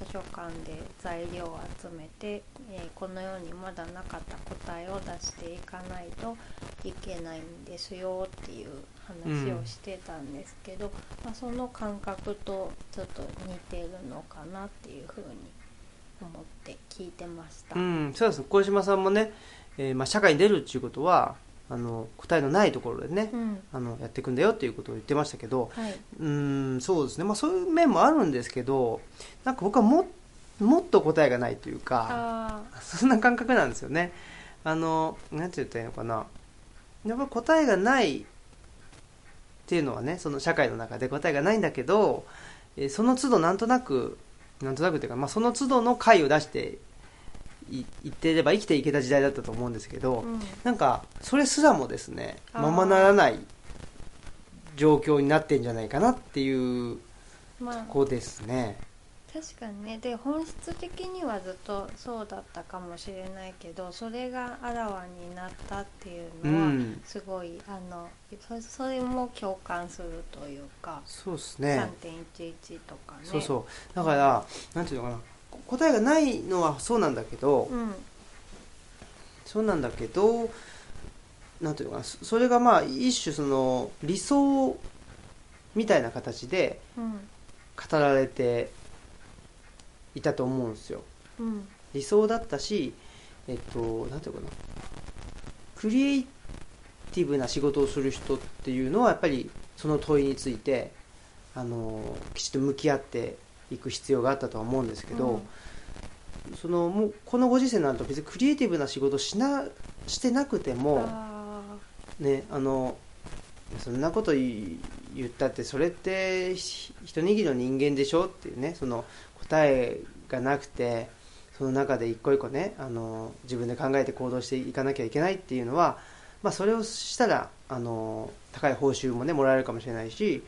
S2: 図書館で材料を集めて、えーこのようにまだなかった答えを出していかないといけないんですよっていう話をしてたんですけど、まあ、その感覚とちょっと似てるのかなっていうふうに思って聞いてました。
S1: うん、そうです。小島さんもね、えーまあ、社会に出るっていうことは、あの、答えのないところでね、
S2: うん
S1: あの、やっていくんだよっていうことを言ってましたけど、
S2: はい、
S1: うん、そうですね。まあ、そういう面もあるんですけど、なんか僕はも、もっと答えがないというか、
S2: あー
S1: そんな感覚なんですよね。あの、なんて言ったらいいのかな。やっぱり答えがないっていうのはね、その社会の中で答えがないんだけど、えーその都度なんとなく、なんとなくというか、まあ、その都度の回を出していいっていれば生きていけた時代だったと思うんですけど、
S2: うん
S1: なんか、それすらもですね、
S2: あー
S1: ままならない状況になってんじゃないかなっていう
S2: まあ
S1: とこですね。
S2: 確かにねで本質的にはずっとそうだったかもしれないけどそれがあらわになったっていう
S1: う
S2: のは、
S1: ん。
S2: すごいあのそそれも共感するというか、
S1: そうですね。
S2: 3.11とかね
S1: そうそうだからなんていうのかなこ答えがないのはそうなんだけど、
S2: うん
S1: そうなんだけどなんていうのかなそそれがまあ一種その理想みたいな形で
S2: うん
S1: 語られていたと思うんですよ
S2: うん
S1: 理想だったしえっとなんていうのかなクリエイティブな仕事をする人っていうのはやっぱりその問いについてあのきちっと向き合っていく必要があったとは思うんですけど、そのもうこのご時世になると別にクリエイティブな仕事しなしてなくて
S2: うん、
S1: も、
S2: あ
S1: ね、あのそんなこと言言ったってそれってひ一握りの人間でしょっていうねその答えがなくてその中で一個一個ねあの自分で考えて行動していかなきゃいけないっていうのは、まあ、それをしたらあの高い報酬もねもらえるかもしれないし、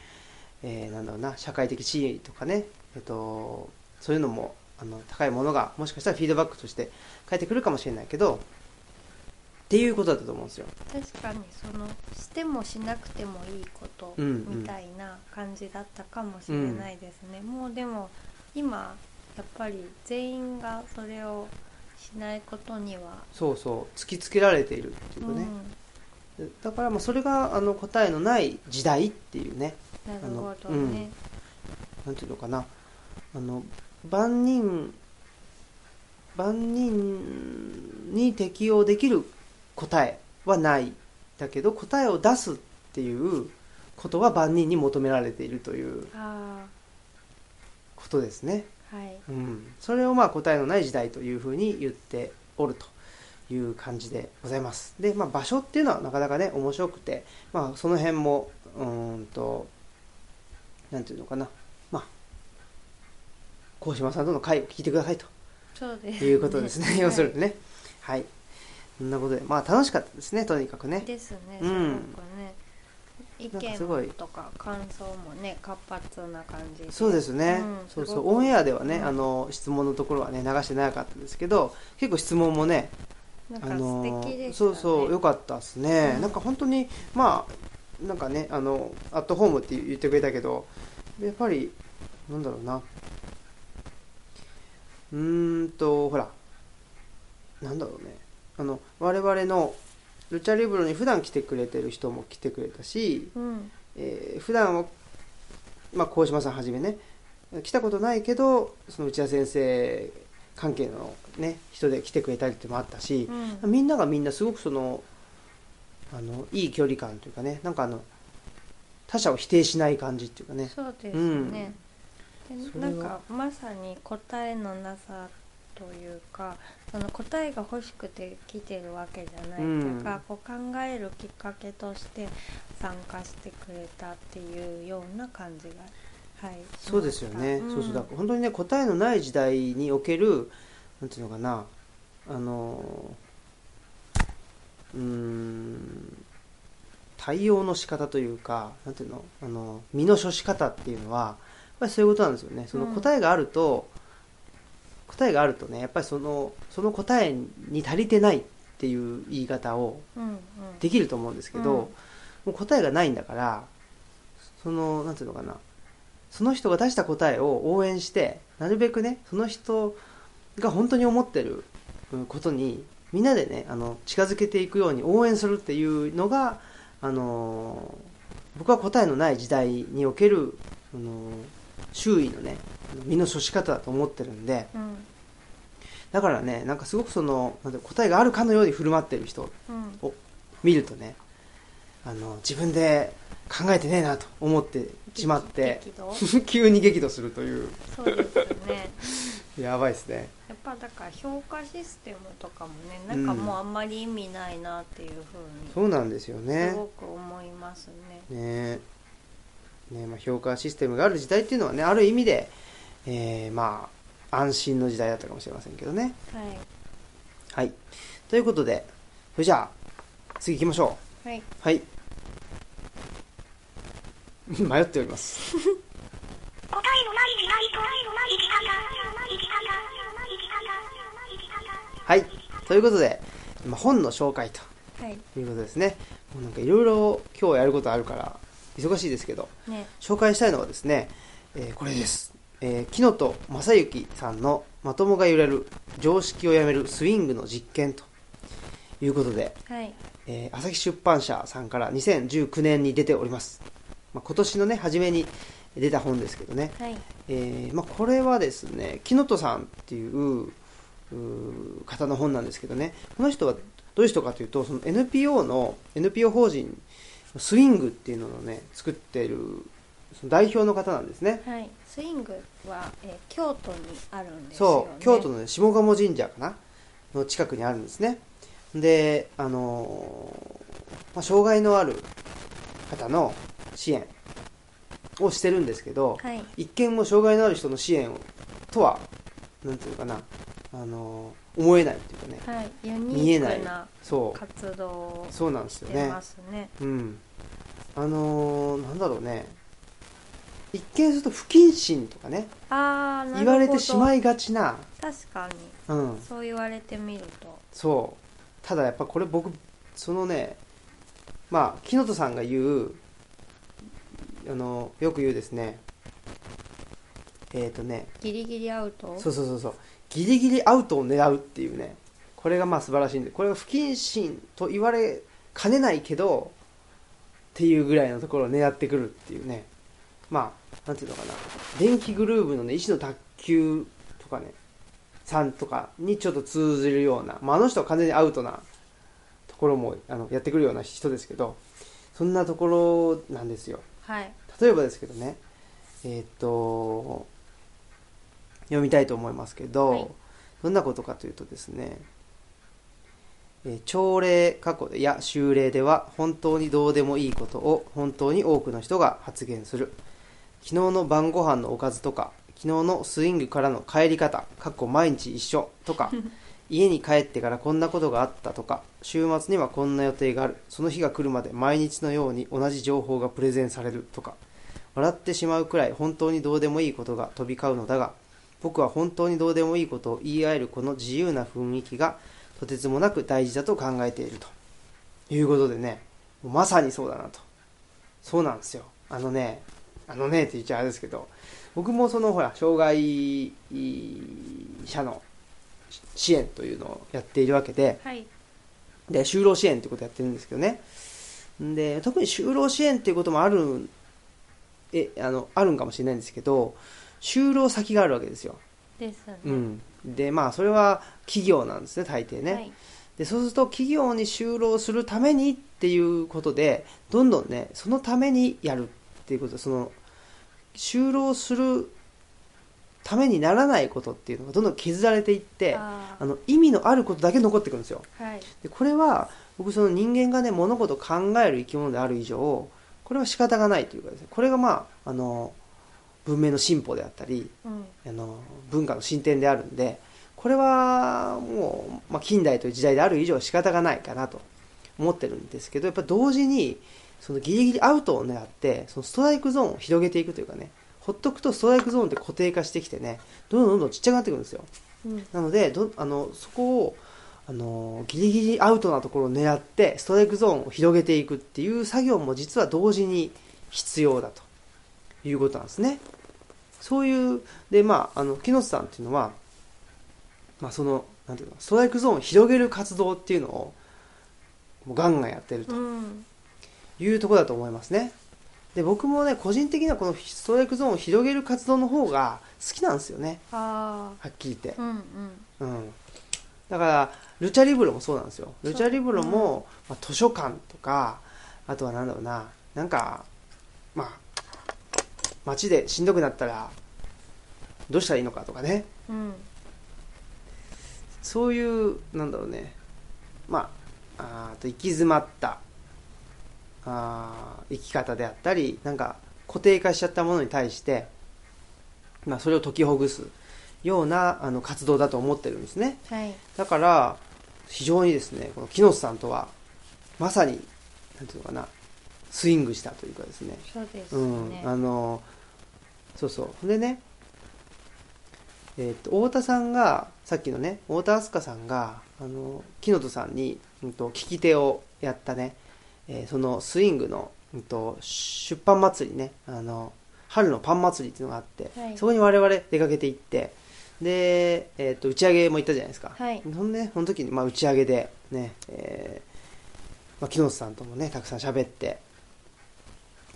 S1: えーなんだろうな社会的地位とかね、えっと、そういうのもあの高いものがもしかしたらフィードバックとして返ってくるかもしれないけどっていうことだったと思うんですよ。
S2: ー確かにそのしてもしなくてもいいこと
S1: うんうん
S2: みたいな感じだったかもしれないですね、もうでも今やっぱり全員がそれをしないことには、
S1: そうそう突きつけられているっていううか
S2: ん、
S1: ね、だからまあそれがあの答えのない時代っていうね
S2: なるほど
S1: あのう
S2: ね
S1: んなんていうのかなあの万人万人に適用できる答えはないだけど答えを出すっていうことは万人に求められているという
S2: あ
S1: ことですね、
S2: あはい
S1: うん、それをまあ答えのない時代というふうに言っておるという感じでございますで、まあ、場所っていうのはなかなかね面白くて、まあ、その辺もうーんとなんていうのかなまあ鴻島さんとの会を聞いてくださいと
S2: そうです、
S1: いうことですね要する
S2: はい
S1: にねはいそんなことでまあ楽しかったですねとにかくね
S2: ですね、
S1: う
S2: すごく
S1: ん
S2: ね。意
S1: なんかすごい
S2: 見とか感想もね、活発な感じで。
S1: そうですね、
S2: うん
S1: そうそ
S2: すご
S1: う
S2: く
S1: オンエアではね、
S2: うん
S1: あの質問のところはね流してなかったですけど結構質問もね
S2: なん
S1: あ
S2: か
S1: の
S2: 素
S1: ー
S2: 敵でした
S1: そ
S2: ね。
S1: うそう良かったですね、
S2: うん
S1: なんか本当にまあなんかねあのアットホームって言ってくれたけどやっぱりなんだろうなうーんとほらなんだろうねあの我々のルチャリブロに普段来てくれてる人も来てくれたし、
S2: うん
S1: えー普段はまあ鴻島さんはじめね来たことないけどその内田先生関係のね人で来てくれたりってのもあったし、
S2: うん
S1: みんながみんなすごくそのあのいい距離感というかねなんかあの他者を否定しない感じっていうかね
S2: そうですね、
S1: そ
S2: で
S1: れ
S2: な
S1: は
S2: んかまさに答えのなさというかその答えが欲しくて来てるわけじゃないというか、こう考えるきっかけとして参加してくれたっていうような感じがはい
S1: そうですよね、
S2: しました
S1: そうそうだから本当にね答えのない時代におけるなんていうのかなあのうーん対応の仕方というかなんていうのあの身の処し方っていうのはやっぱりそういうことなんですよねその
S2: うん
S1: 答えがあると、答えがあるとねやっぱりそのその答えに足りてないっていう言い方を
S2: うんうん
S1: できると思うんですけど、
S2: うん
S1: もう答えがないんだからそのなんていうのかなその人が出した答えを応援してなるべくねその人が本当に思ってるうんことにみんなでねあの近づけていくように応援するっていうのが、あのー僕は答えのない時代における、あのー周囲のねあの身の処し方だと思ってるんで
S2: うん
S1: だからねなんかすごくそのなんていうの答えがあるかのように振る舞ってる人
S2: うん
S1: 見るとねあの自分で考えてねえなと思ってしまって
S2: 激動
S1: [LAUGHS] 急に激怒するという
S2: そうですね [LAUGHS]
S1: やばいですね
S2: やっぱだから評価システムとかもねなんかもうあんまり意味ないなっていうふ
S1: そうなんですよ
S2: うに
S1: ね
S2: すごく思いますね。
S1: ねねまあ、評価システムがある時代っていうのはねある意味で、えーまあ安心の時代だったかもしれませんけどね
S2: はい、
S1: はいということでそれじゃあ次行きましょ
S2: はい、
S1: うはい [LAUGHS] 迷っております
S3: 答えのない時代と愛のない生き方生き方生き方生き方
S1: はいということで、まあ、本の紹介と
S2: はい、
S1: ということですね。もうなんかいろいろ今日やることあるから、忙しいですけど、
S2: ね、
S1: 紹介したいのはですね、えーこれです。えー、木野と正幸さんのまともが揺れる常識をやめるスイングの実験ということで、
S2: はい、
S1: えー朝日出版社さんから2019年に出ております。まあ、今年のね、初めに出た本ですけどね。
S2: はい、
S1: えーまあ、これはですね木本さんっていううー方の本なんですけどねこの人はどういう人かというとその NPO の NPO 法人スイングっていうのをね作っているその代表の方なんですね
S2: はい、スイングは、えー京都にあるんですよ、ね
S1: そ。う京都の、ね、下鴨神社かなの近くにあるんですねであのーまあ、障害のある方の支援をしてるんですけど、
S2: はい、
S1: 一見も障害のある人の支援をとはなんていうのかなあの思えないっていうかね
S2: はい、ユ
S1: 見
S2: ニ
S1: えな
S2: ー
S1: い
S2: クな
S1: そう
S2: 活動をし
S1: そうなんですよ
S2: て
S1: ね
S2: ますね。
S1: うんあのーなんだろうね一見すると不謹慎とかね
S2: ああ、なる
S1: 言
S2: ほど。
S1: われてしまいがちな
S2: 確かに、
S1: うん
S2: そう言われてみると、
S1: そうただやっぱこれ僕そのねまあ木本さんが言うあのよく言うですねえっ、とね
S2: ギリギリアウト。
S1: そうそうそうそうギリギリアウトを狙うっていうねこれがまあ素晴らしいんでこれが不謹慎と言われかねないけどっていうぐらいのところを狙ってくるっていうねまあなんていうのかな電気グルーヴのね石の卓球とかねさんとかにちょっと通じるような、まあ、あの人は完全にアウトなところもあのやってくるような人ですけどそんなところなんですよ
S2: はい、
S1: 例えばですけどねえーっと読みたいと思いますけど、
S2: はい
S1: どんなことかというとですね、えー朝礼過去や修礼では本当にどうでもいいことを本当に多くの人が発言する昨日の晩ご飯のおかずとか昨日のスイングからの帰り方過去毎日一緒と
S2: [LAUGHS]
S1: か家に帰ってからこんなことがあったとか週末にはこんな予定があるその日が来るまで毎日のように同じ情報がプレゼンされるとか笑ってしまうくらい本当にどうでもいいことが飛び交うのだが僕は本当にどうでもいいことを言い合えるこの自由な雰囲気がとてつもなく大事だと考えているということでねもうまさにそうだなとそうなんですよ。あのね、あのねって言っちゃあれですけど、僕もそのほら、障害者の支援というのをやっているわけで、
S2: はい
S1: で、就労支援ってことやってるんですけどね。んで、特に就労支援っていうこともある、え、あの、あるんかもしれないんですけど、就労先があるわけですよ。
S2: ですね、
S1: うん。で、まあ、それは企業なんですね、大抵ね。
S2: はい
S1: でそうすると企業に就労するためにっていうことでどんどんねそのためにやるっていうことその就労するためにならないことっていうのがどんどん削られていってあ
S2: あ
S1: の意味のあることだけ残ってくるんですよ
S2: ーはい
S1: でこれは僕その人間がね物事を考える生き物である以上これは仕方がないというかですねこれがまああの文明の進歩であったり
S2: うん
S1: あの文化の進展であるんでこれはもう、まあ、近代という時代である以上仕方がないかなと思ってるんですけどやっぱ同時にそのギリギリアウトを狙ってそのストライクゾーンを広げていくというかねほっとくとストライクゾーンって固定化してきてねどんどんどんどんちっちゃくなってくるんですよ
S2: うん
S1: なのでどあのそこをあのギリギリアウトなところを狙ってストライクゾーンを広げていくっていう作業も実は同時に必要だということなんですね。そういうでまああの木下さんっていうのは、まあ、そのなんていうのストライクゾーンを広げる活動っていうのをもうガンガンやってると
S2: うん
S1: いうところだと思いますね。で僕もね個人的にはこのストライクゾーンを広げる活動の方が好きなんですよね
S2: あ
S1: はっきり言って
S2: ー。うんうん
S1: うん、だからルチャリブロもそうなんですよルチャリブロも、まあ、図書館とかあとはなんだろうななんかまあ街でしんどくなったらどうしたらいいのかとかね
S2: うん
S1: そういうなんだろうねまああーあと行き詰まったあー生き方であったりなんか固定化しちゃったものに対して、まあ、それを解きほぐすようなあの活動だと思ってるんですね。
S2: はい
S1: だから、非常にですね、この木下さんとは、まさに、なんていうのかな、スイングしたというかですね。
S2: そうです
S1: う
S2: ね、
S1: ん。あの、そうそう。でね、えっと、太田さんが、さっきのね、太田明日香さんが、あの、木本さんに、うんと、聞き手をやったね、えーそのスイングの、うんと、出版祭りね、あの、春のパン祭りっていうのがあって、
S2: はい
S1: そこに我々出かけていって、で、えっと打ち上げも行ったじゃないですか、
S2: はい
S1: ほんでその時に、まあ、打ち上げでね、えーまあ、木下さんともねたくさん喋って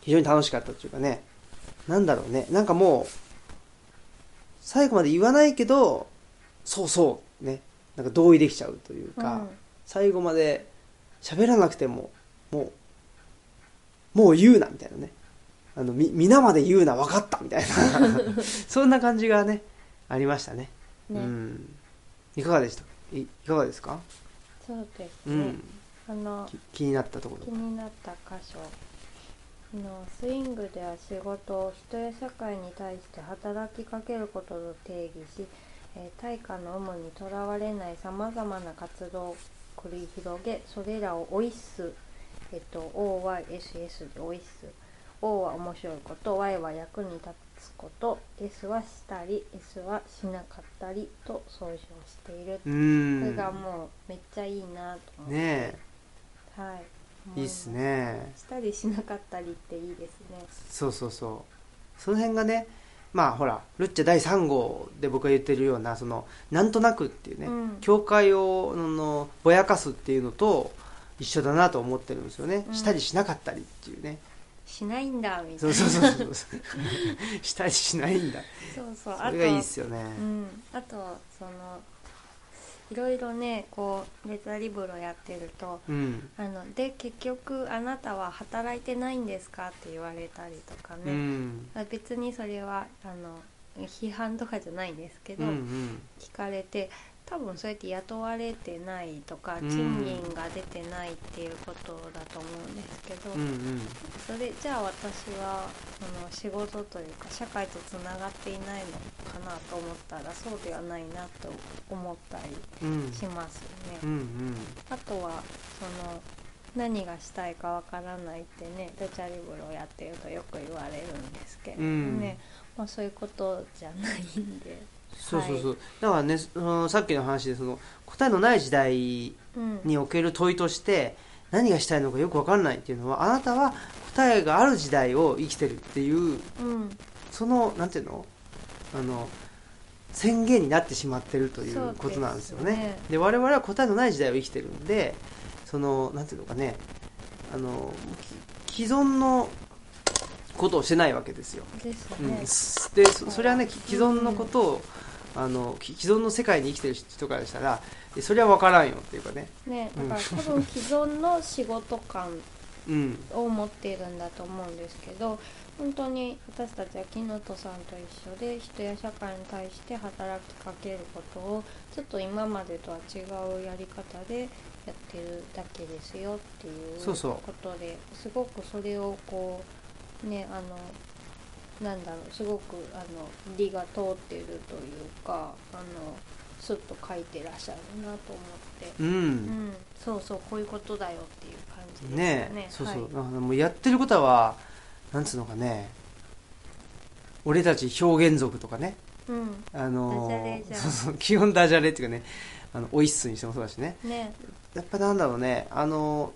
S1: 非常に楽しかったというかねなんだろうねなんかもう最後まで言わないけどそうそうねなんか同意できちゃうというか、
S2: うん
S1: 最後まで喋らなくてももうもう言うなみたいなねあのみ皆まで言うな分かったみたい
S2: [LAUGHS]
S1: なそんな感じがねありましたね
S2: ね
S1: うんいかがでしたいいかがですか、
S2: そうです
S1: う
S2: ね、
S1: ん、
S2: あの
S1: き気になったとこ
S2: 気
S1: ろ
S2: になった箇所あのスイングでは仕事を人や社会に対して働きかけることと定義し、えー対価の有無にとらわれないさまざまな活動を繰り広げそれらを「オイス」えっと OYSS で「オイス」O は面白いこと Y は役に立つこと S はしたり S はしなかったりと総称している、
S1: う
S2: これ
S1: ん
S2: がもうめっちゃいいなと思って、
S1: ね
S2: はい
S1: えいいっすね
S2: したりしなかったりっていいですね。
S1: そうそうそうその辺がねまあほらルッチャ第3号で僕が言ってるようなそのなんとなくっていうね、
S2: うん
S1: 境界をあのぼやかすっていうのと一緒だなと思ってるんですよね、
S2: うん
S1: したりしなかったりっていうね
S2: しないんだみた
S1: そ
S2: いな。
S1: うそうそうそう
S2: [LAUGHS]
S1: そうしたりしないんだ
S2: そうそう。あ
S1: そ
S2: と
S1: れがいいっすよね、
S2: うん。あとそのいろいろねこうレタリブロやってると。
S1: うん
S2: あので結局あなたは働いてないんですかって言われたりとか
S1: う
S2: ね、
S1: ん
S2: あ別にそれはあの批判とかじゃないんですけ
S1: う
S2: ど、
S1: んうん
S2: 聞かれて多分そうやって雇われてないとか
S1: うん
S2: 賃金が出てないっていうことだと思うんですけど、
S1: うんうん
S2: それじゃあ私はあの仕事というか社会とつながっていないのかなと思ったらそうではないなと思ったり
S1: うん
S2: しますよね。
S1: うんうん
S2: あとはその何がしたいかわからないってねルチャリブロやってるとよく言われるんですけれど
S1: うん
S2: ね、まあ、そういうことじゃないんで。
S1: そうそうそう、
S2: は
S1: だからねそのさっきの話でその答えのない時代
S2: うん、
S1: における問いとして何がしたいのかよく分かんないっていうのはあなたは答えがある時代を生きてるっていう
S2: うん
S1: そのなんていうのあの宣言になってしまってるということなんですよね。
S2: そう
S1: で
S2: ですね
S1: 我々は答えのない時代を生きてるんでそのなんていうのかねあのき既存のことをしてないわけですよ。
S2: です
S1: うん
S2: ね、
S1: すでそそれはねき既存のことを、あのき既存の世界に生きてる人からしたらえそれは分からんよっていうかね、
S2: ね
S1: う
S2: だ
S1: ん
S2: から多分既存の仕事感
S1: うん、
S2: を持っているんだと思うんですけど本当に私たちは木のとさんと一緒で人や社会に対して働きかけることをちょっと今までとは違うやり方でやってるだけですよっていう
S1: そうそう
S2: ことですごくそれをこうねあのなんだろうすごくあの理が通ってるというかあのスッと書いてらっしゃるなと思って。
S1: うん
S2: うん、そうそうこういうことだよっていう感じですよ
S1: ね
S2: ね
S1: えそう
S2: はい
S1: そう、だからもうやってることはなんつうのかね俺たち表現族とかね
S2: うん
S1: あの
S2: ダジャレじゃん
S1: そうそう基本ダジャレっていうかねあのオイッスにしてもそうだしね
S2: ね
S1: やっぱなんだろうねあの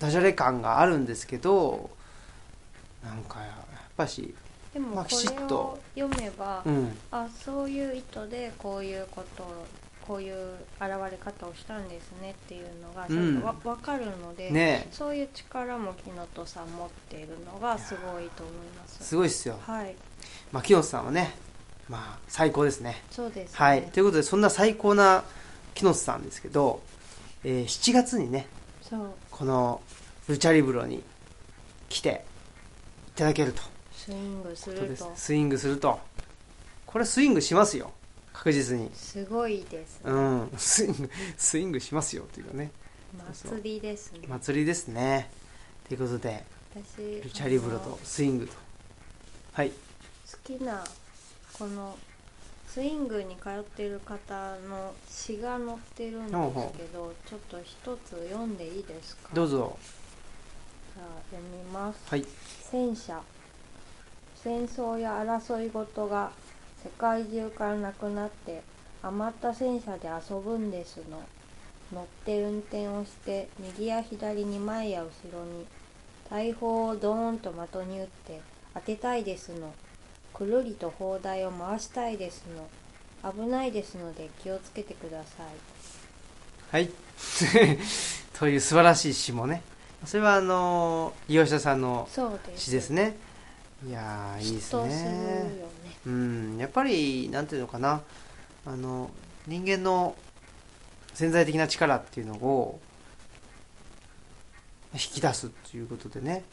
S1: ダジャレ感があるんですけどなんかやっぱし
S2: で
S1: まあ
S2: も
S1: きちっと
S2: これを読めば、
S1: うん
S2: あそういう意図でこういうことをこういう現れ方をしたんですねっていうのがちょっとわ、わかるので、
S1: ねえ
S2: そういう力も木本さん持っているのがすごいと思います
S1: すごいっすよ
S2: はい
S1: まあ、木本さんはね、まあ、最高ですね。
S2: そうです、ね、
S1: はい。ということで、そんな最高な木本さんですけど、えー7月にね、
S2: そう
S1: このルチャリブロに来ていただけると。
S2: スイングす
S1: そうで
S2: る
S1: す
S2: と
S1: スイングすると。これスイングしますよ。確実に。
S2: すごいです、
S1: うん。スイング、スイングしますよ。というかね。そう
S2: 祭りですね
S1: 祭りですね。ということで、
S2: 私
S1: ルチャリブロ
S2: あの
S1: とスイングと。はい。
S2: 好きなこのスイングに通っている方の詩が載ってるんですけ
S1: ほうほ
S2: どちょっと一つ読んでいいですか
S1: どうぞ。
S2: じゃあ読みます
S1: はい。
S2: 戦車戦争や争い事が世界中からなくなって余った戦車で遊ぶんですの乗って運転をして右や左に前や後ろに大砲をドーンと的に撃って当てたいですのくるりと砲台を回したいですの危ないですので気をつけてください
S1: はい。 [LAUGHS] という素晴らしい詩もね。それはあのー、利用者さんの
S2: そうです
S1: 詩ですね。いやー、いいです
S2: 嫉妬する
S1: ね。
S2: よね
S1: うん、やっぱり、なんていうのかな。あの、人間の潜在的な力っていうのを引き出すっていうことでね。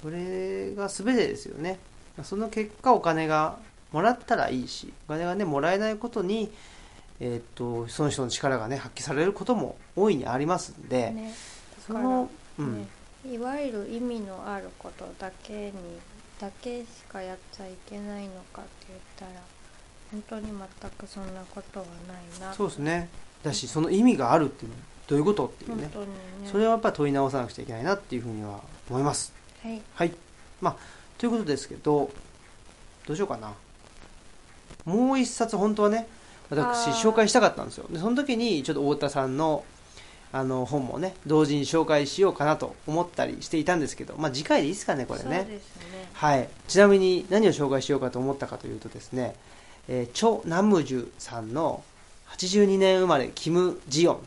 S1: それが全てですよね。その結果お金がもらったらいいし、お金がね、もらえないことに、えーっと、その人の力がね、発揮されることも大いにありますんで、
S2: ね
S1: そ
S2: だから
S1: の、うん、
S2: ね、いわゆる意味のあることだけにだけしかやっちゃいけないのかって言ったら本当に全くそんなことはないな
S1: そうですね。だし、その意味があるっていうのはどういうことっていう
S2: 本
S1: ね。
S2: 当にね
S1: それはやっぱり問い直さなくちゃいけないなっていうふうには思います。
S2: はい
S1: はい。まあ、ということですけど、どうしようかな。もう一冊本当はね、私
S2: あー
S1: 紹介したかったんですよ。で、その時にちょっと太田さんの、あの、本もね、同時に紹介しようかなと思ったりしていたんですけど、まあ次回でいいですかね、これ
S2: そう
S1: ね。
S2: ですね
S1: はい。ちなみに何を紹介しようかと思ったかというとですね、えー、チョ・ナムジュさんの82年生まれ、キム・ジヨン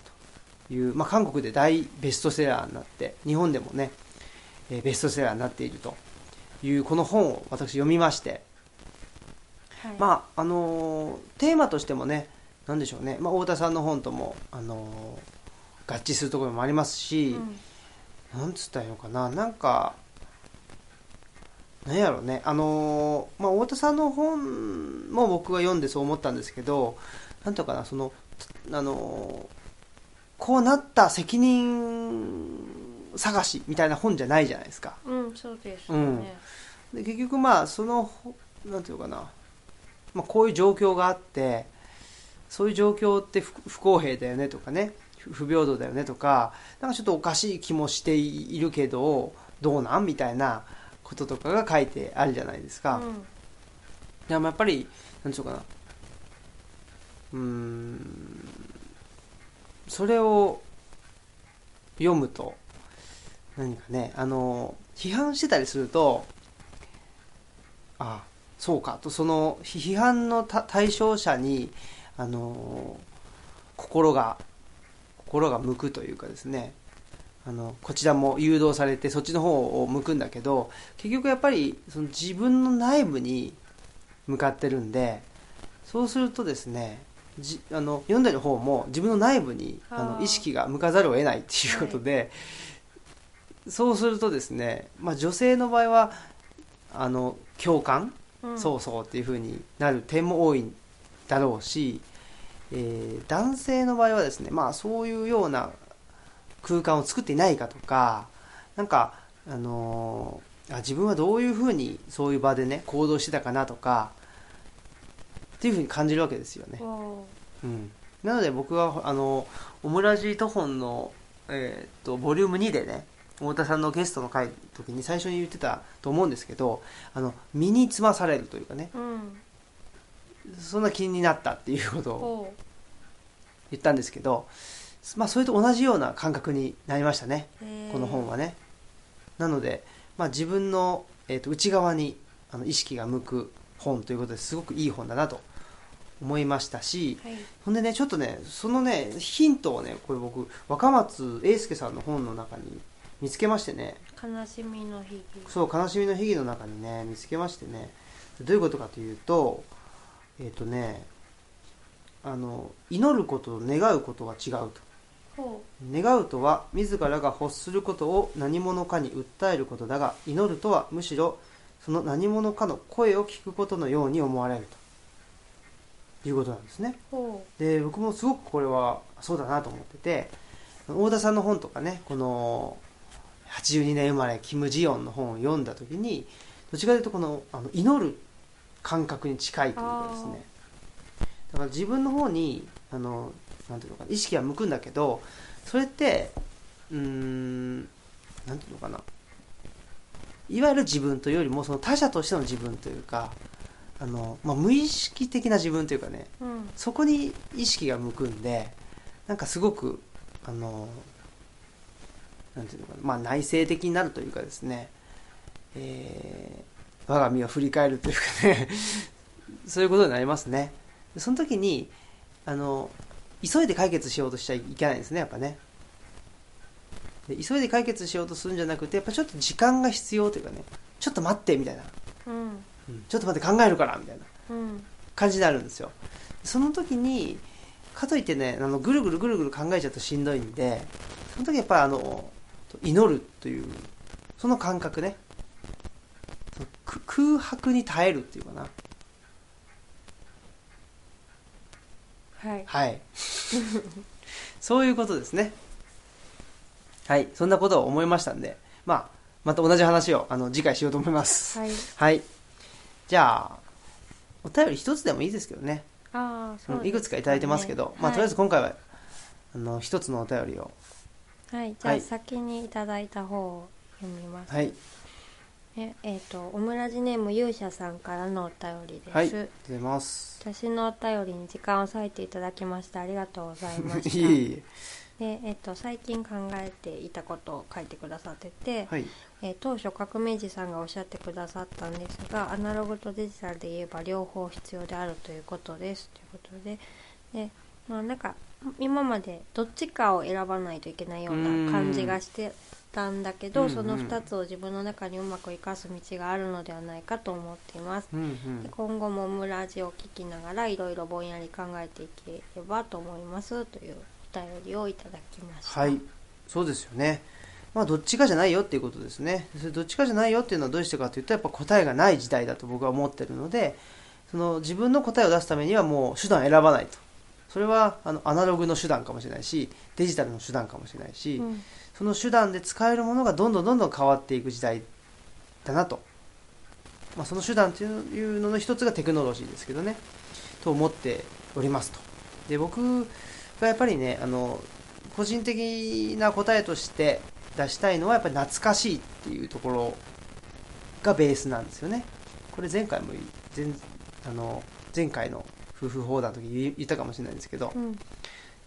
S1: という、まあ、韓国で大ベストセラーになって、日本でもね、えーベストセラーになっているという、この本を私読みまして、
S2: はい、
S1: まあ、あのーテーマとしてもね、なんでしょうね、まあ、太田さんの本とも、あのー合致するところもあります
S2: う
S1: し、
S2: ん
S1: なんつったらいいのかな、なんか、なんやろうね、あのーまあ、太田さんの本も僕が読んでそう思ったんですけど、なんとかな、その、あのーこうなった責任探しみたいな本じゃないじゃないですか。
S2: うん、そうです
S1: うん
S2: ね、
S1: で結局まあそのほなんていうのかな、まあ、こういう状況があってそういう状況って不不公平だよねとかね不不平等だよねとかなんかちょっとおかしい気もしているけどどうなんみたいなこととかが書いてあるじゃないです
S2: う
S1: か、
S2: ん
S1: でもやっぱりなんていうのかなうーんそれを読むと、何かね、あの、批判してたりすると、あ、そうか、と、その、批判のた対象者に、あの、心が、心が向くというかですね、あの、こちらも誘導されて、そっちの方を向くんだけど、結局やっぱり、その自分の内部に向かってるんで、そうするとですね、じあの読んでる方も自分の内部にあ
S2: あ
S1: の
S2: ー
S1: 意識が向かざるを得ないっていうことで、そうするとですね、まあ、女性の場合はあの共感、
S2: うん
S1: そうそうっていうふうになる点も多いだろうし、えー男性の場合はですね、まあ、そういうような空間を作っていないかとかなんか、あのーあ自分はどういうふうにそういう場でね行動してたかなとかっていうふうに感じるわけですよね。
S2: お
S1: う
S2: ー
S1: ん、なので僕はあのオムラジトホンの、えーっとボリューム2でね太田さんのゲストの回の時に最初に言ってたと思うんですけどあの身につまされるというかね
S2: うん
S1: そんな気になったっていうことを
S2: おー
S1: 言ったんですけど、まあ、それと同じような感覚になりましたね
S2: えー
S1: この本はね。なので、まあ、自分の、えーっと内側にあの意識が向く本ということですごくいい本だなと思いましたし、
S2: はい
S1: ほんでね、ちょっとね、そのね、ヒントをね、これ僕、若松英介さんの本の中に見つけましてね、
S2: 悲しみの日
S1: そう、悲しみの悲劇の中にね、見つけましてね、どういうことかというと、えっ、とね、あの、祈ることと願うことは違うと。
S2: ほ
S1: 願うとは、自らが欲することを何者かに訴えることだが、祈るとは、むしろ、その何者かの声を聞くことのように思われるということなんですね。
S2: うほ
S1: で僕もすごくこれはそうだなと思ってて太田さんの本とかねこの82年生まれキム・ジヨンの本を読んだ時にどちらかというとこのあの祈る感覚に近いというかですねだから自分の方にあのなんていうのかな意識は向くんだけどそれってうーんなんていうのかないわゆる自分というよりもその他者としての自分というかあの、まあ、無意識的な自分というかね
S2: ううん
S1: そこに意識が向くんでなんかすごくあのなんていうのかな、まあ、内省的になるというかですね、えー我が身を振り返るというかね [LAUGHS] そういうことになりますねでその時にあの急いで解決しようとしちゃいけないんですねやっぱねで急いで解決しようとするんじゃなくてやっぱちょっと時間が必要というかねちょっと待ってみたいな、
S2: うん
S1: うんちょっと待って考えるからみたいな
S2: うん
S1: 感じになるんですよその時にかといってねあのぐるぐるぐるぐる考えちゃうとしんどいんでその時やっぱりあの祈るというその感覚ねそのく空白に耐えるっていうかな
S2: はい
S1: はいそういうことですねはいそんなことを思いましたんで、まあ、また同じ話をあの次回しようと思います
S2: はい
S1: はいじゃあお便り一つでもいいですけどね
S2: ああそう
S1: うんいくつかいただいてますけど、まあ、とりあえず
S2: ず
S1: 今回は、あの、一つのお便りを。
S2: はいじゃ
S1: は
S2: あ
S1: い
S2: 先にいただいた方を読みます
S1: はい。
S2: ええーとオムラジネーム勇者さんからのお便りです、
S1: はい。ありがとうございます。
S2: 私のお便りに時間を割いていただきましてありがとうございました
S1: [LAUGHS] いえいえ。
S2: で、えっと、最近考えていたことを書いてくださってて、
S1: はい。
S2: えー当初革命児さんがおっしゃってくださったんですがアナログとデジタルで言えば両方必要であるということですということでで、まあ、なんか今までどっちかを選ばないといけないような感じがしてたんだけ
S1: うん
S2: ど
S1: うん
S2: その2つを自分の中にうまく生かす道があるのではないかと思っています。
S1: うんう
S2: で
S1: ん。
S2: 今後もオムラジを聞きながらいろいろぼんやり考えていければと思いますというお便りをいただきました。
S1: はい。そうですよね。まあ、どっちかじゃないよっていうことですね。それどっちかじゃないよっていうのはどうしてかというと、やっぱ答えがない時代だと僕は思ってるので、その自分の答えを出すためにはもう手段選ばないと。それは、あの、アナログの手段かもしれないし、デジタルの手段かもしれないし、
S2: うん
S1: その手段で使えるものがどんどんどんどん変わっていく時代だなと、まあ、その手段というのの一つがテクノロジーですけどねと思っておりますとで僕がやっぱりねあの個人的な答えとして出したいのはやっぱり懐かしいっていうところがベースなんですよねこれ前回も前あの前回の夫婦砲談の時言言ったかもしれないんですけど、
S2: うん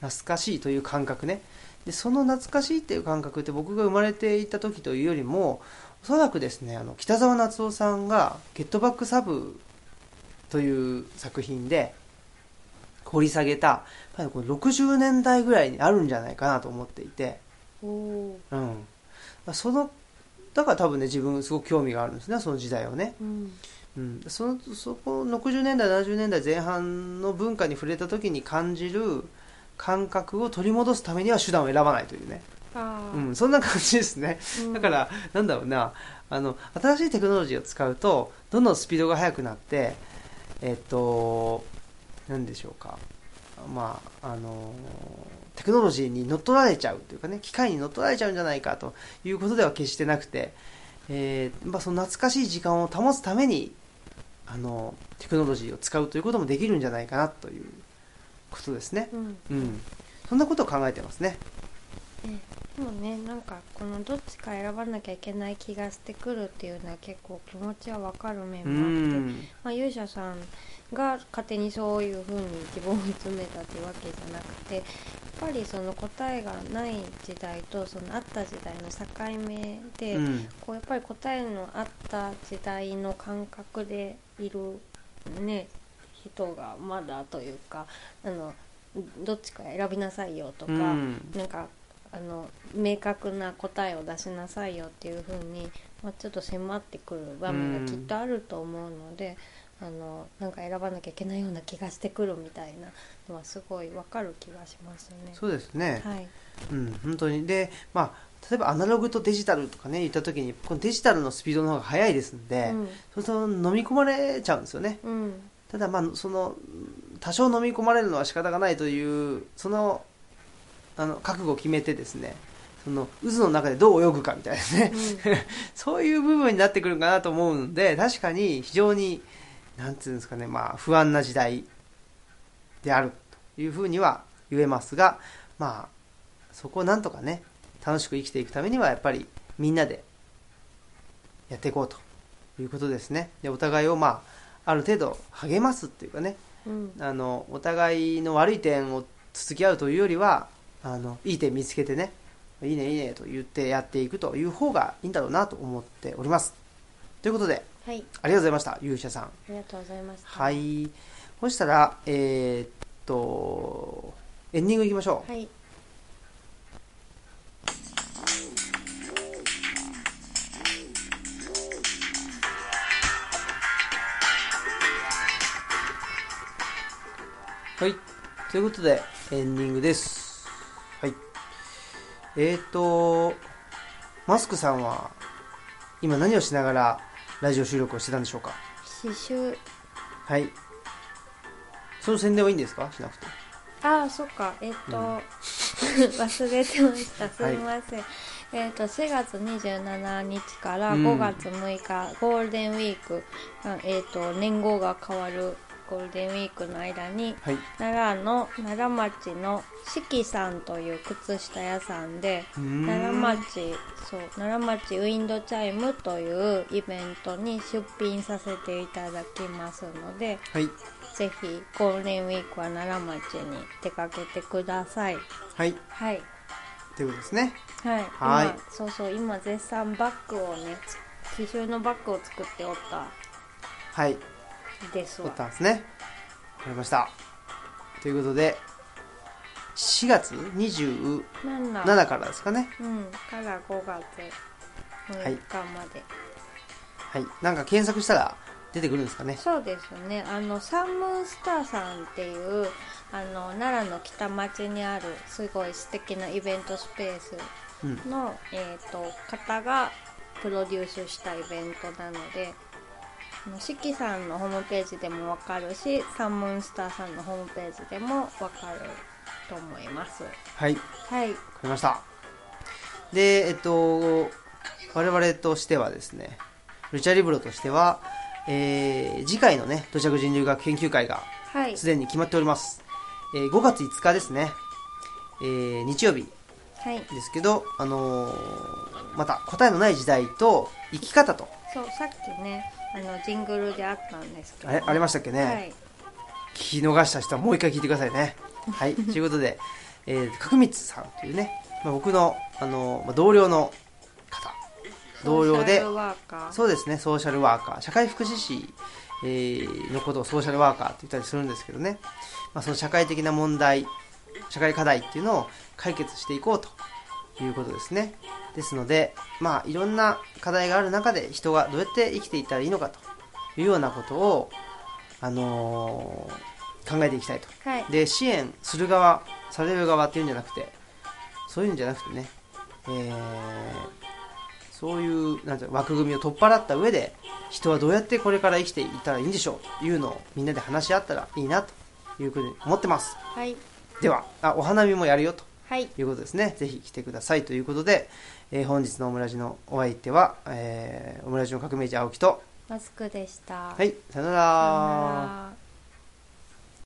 S1: 懐かしいという感覚ねでその懐かしいっていう感覚って僕が生まれていた時というよりもおそらくですねあの北澤夏夫さんが「ゲットバックサブ」という作品で掘り下げたやっぱりこの60年代ぐらいにあるんじゃないかなと思っていて、
S2: おお
S1: うん、そのだから多分ね自分すごく興味があるんですねその時代をね。
S2: うん
S1: うん、そのそこ60年代70年代前半の文化に触れた時に感じる感覚を取り戻すためには手段を選ばないというね、
S2: あ
S1: う
S2: あ、
S1: ん、そんな感じですね
S2: うん
S1: だからなんだろうなあの新しいテクノロジーを使うとどんどんスピードが速くなってえっと何でしょうかまああのテクノロジーに乗っ取られちゃうというかね機械に乗っ取られちゃうんじゃないかということでは決してなくて、えーまあ、その懐かしい時間を保つためにあのテクノロジーを使うということもできるんじゃないかなということですね。
S2: うん
S1: うん、そんなことを考えてますね。
S2: ねでもねなんかこのどっちか選ばなきゃいけない気がしてくるっていうのは結構気持ちはわかる面
S1: う
S2: もあって、
S1: ん
S2: まあ、勇者さんが勝手にそういうふうに自分を見つめたっていうわけじゃなくてやっぱりその答えがない時代とそのあった時代の境目で、
S1: うん
S2: こうやっぱり答えのあった時代の感覚でいるね人がまだというかあのどっちか選びなさいよとか、
S1: うん
S2: なんかあの明確な答えを出しなさいよっていう風に、まあ、ちょっと迫ってくる場面がきっとあると思うので、あのなんか選ばなきゃいけないような気がしてくるみたいなのはすごいわかる気がしますね。
S1: そうですね、
S2: はい、
S1: うん、本当に。で、まあ、例えばアナログとデジタルとかね、言った時に、このデジタルのスピードの方が速いですんで、
S2: うん
S1: そうすると飲み込まれちゃうんですよね。
S2: うん
S1: ただ、まあ、その、多少飲み込まれるのは仕方がないという、その、あの、覚悟を決めてですね、その、渦の中でどう泳ぐかみたいなね、 [LAUGHS] そういう部分になってくるかなと思うので、確かに非常に、なんていうんですかね、まあ、不安な時代であるというふうには言えますが、まあ、そこをなんとかね、楽しく生きていくためには、やっぱりみんなでやっていこうということですね。で、お互いを、まあ、ある程度励ますっていうかね、
S2: うん
S1: あの、お互いの悪い点をつつき合うというよりは、あの、いい点見つけてね、いいねいいねと言ってやっていくという方がいいんだろうなと思っております。ということで、
S2: は
S1: あ
S2: い、
S1: りがとうございました、勇者さん。
S2: ありがとうございました。
S1: はい。そしたら、えーっと、エンディングいきましょう。
S2: はい。
S1: はい。ということで、エンディングです。はい。えーと、マスクさんは、今何をしながらラジオ収録をしてたんでしょうか
S2: 刺繍
S1: はい。その宣伝はいいんですかしなくて。
S2: ああそっかえっ、と、
S1: うん
S2: [LAUGHS] 忘れてましたすみません、えっ、と4月27日から
S1: うん
S2: 5月6日、ゴールデンウィークあえっ、と年号が変わるゴールデンウィークの間に
S1: はい。
S2: 奈良の奈良町の四季さんという靴下屋さんで
S1: うーん
S2: 奈良町そう奈良町ウィンドチャイムというイベントに出品させていただきますので、
S1: はい。
S2: ぜひゴールデンウィークは奈良町に出かけてください。
S1: はい。
S2: はい。
S1: ということですね。
S2: はい。
S1: はい
S2: 今そうそう、今絶賛バッグをね、つ刺繍のバッグを作っておった
S1: はい。
S2: です
S1: お
S2: わ
S1: っ。たんですね。わかりました。ということで、4月27
S2: 7
S1: からですかね。
S2: うん、から5月6日まで。
S1: はい。なんか検索したら出てくるんですかね。
S2: そうですね。あの、サンムーンスターさんっていう、あの、奈良の北町にある、すごい素敵なイベントスペース
S1: うん。
S2: の、えー、と方がプロデュースしたイベントなのであの四季さんのホームページでもわかるしサンムーンスターさんのホームページでもわかると思います
S1: はい。
S2: はい
S1: わかりました。で、えっと、我々としてはですね、ルチャリブロとしては、えー次回のね、土着人類学研究会が
S2: はい
S1: すでに決まっております。えー5月5日ですね、えー日曜日
S2: はい
S1: ですけど、あのーまた答えのない時代と生き方と、
S2: そうさっきねあのジングルであったんですけど
S1: あれありましたっけね、
S2: はい
S1: 聞き逃した人はもう一回聞いてくださいね。はい。ということで、えー、角光さんというね、まあ、僕の、あの、まあ、同僚の方、同僚
S2: ソーシ
S1: で
S2: ャ、ルワーカー
S1: そうですね、ソーシャルワーカー、社会福祉士、えーのことをソーシャルワーカーって言ったりするんですけどね、まあ、その社会的な問題、社会課題っていうのを解決していこうということですね。ですので、まあ、いろんな課題がある中で人がどうやって生きていったらいいのかというようなことを、あのー考えていきたいと。
S2: はい
S1: で、支援する側、される側っていうんじゃなくて、そういうんじゃなくてね、えー、そういうなんていうの枠組みを取っ払った上で人はどうやってこれから生きていったらいいんでしょうというのをみんなで話し合ったらいいなというふうに思ってます
S2: はい
S1: ではあお花見もやるよと
S2: はい
S1: いうことですねぜひ来てくださいということで、えー本日のオムラジのお相手は、えーオムラジの革命児青木と
S2: マスクでした
S1: はいさよな
S2: さよ
S1: ら
S2: なら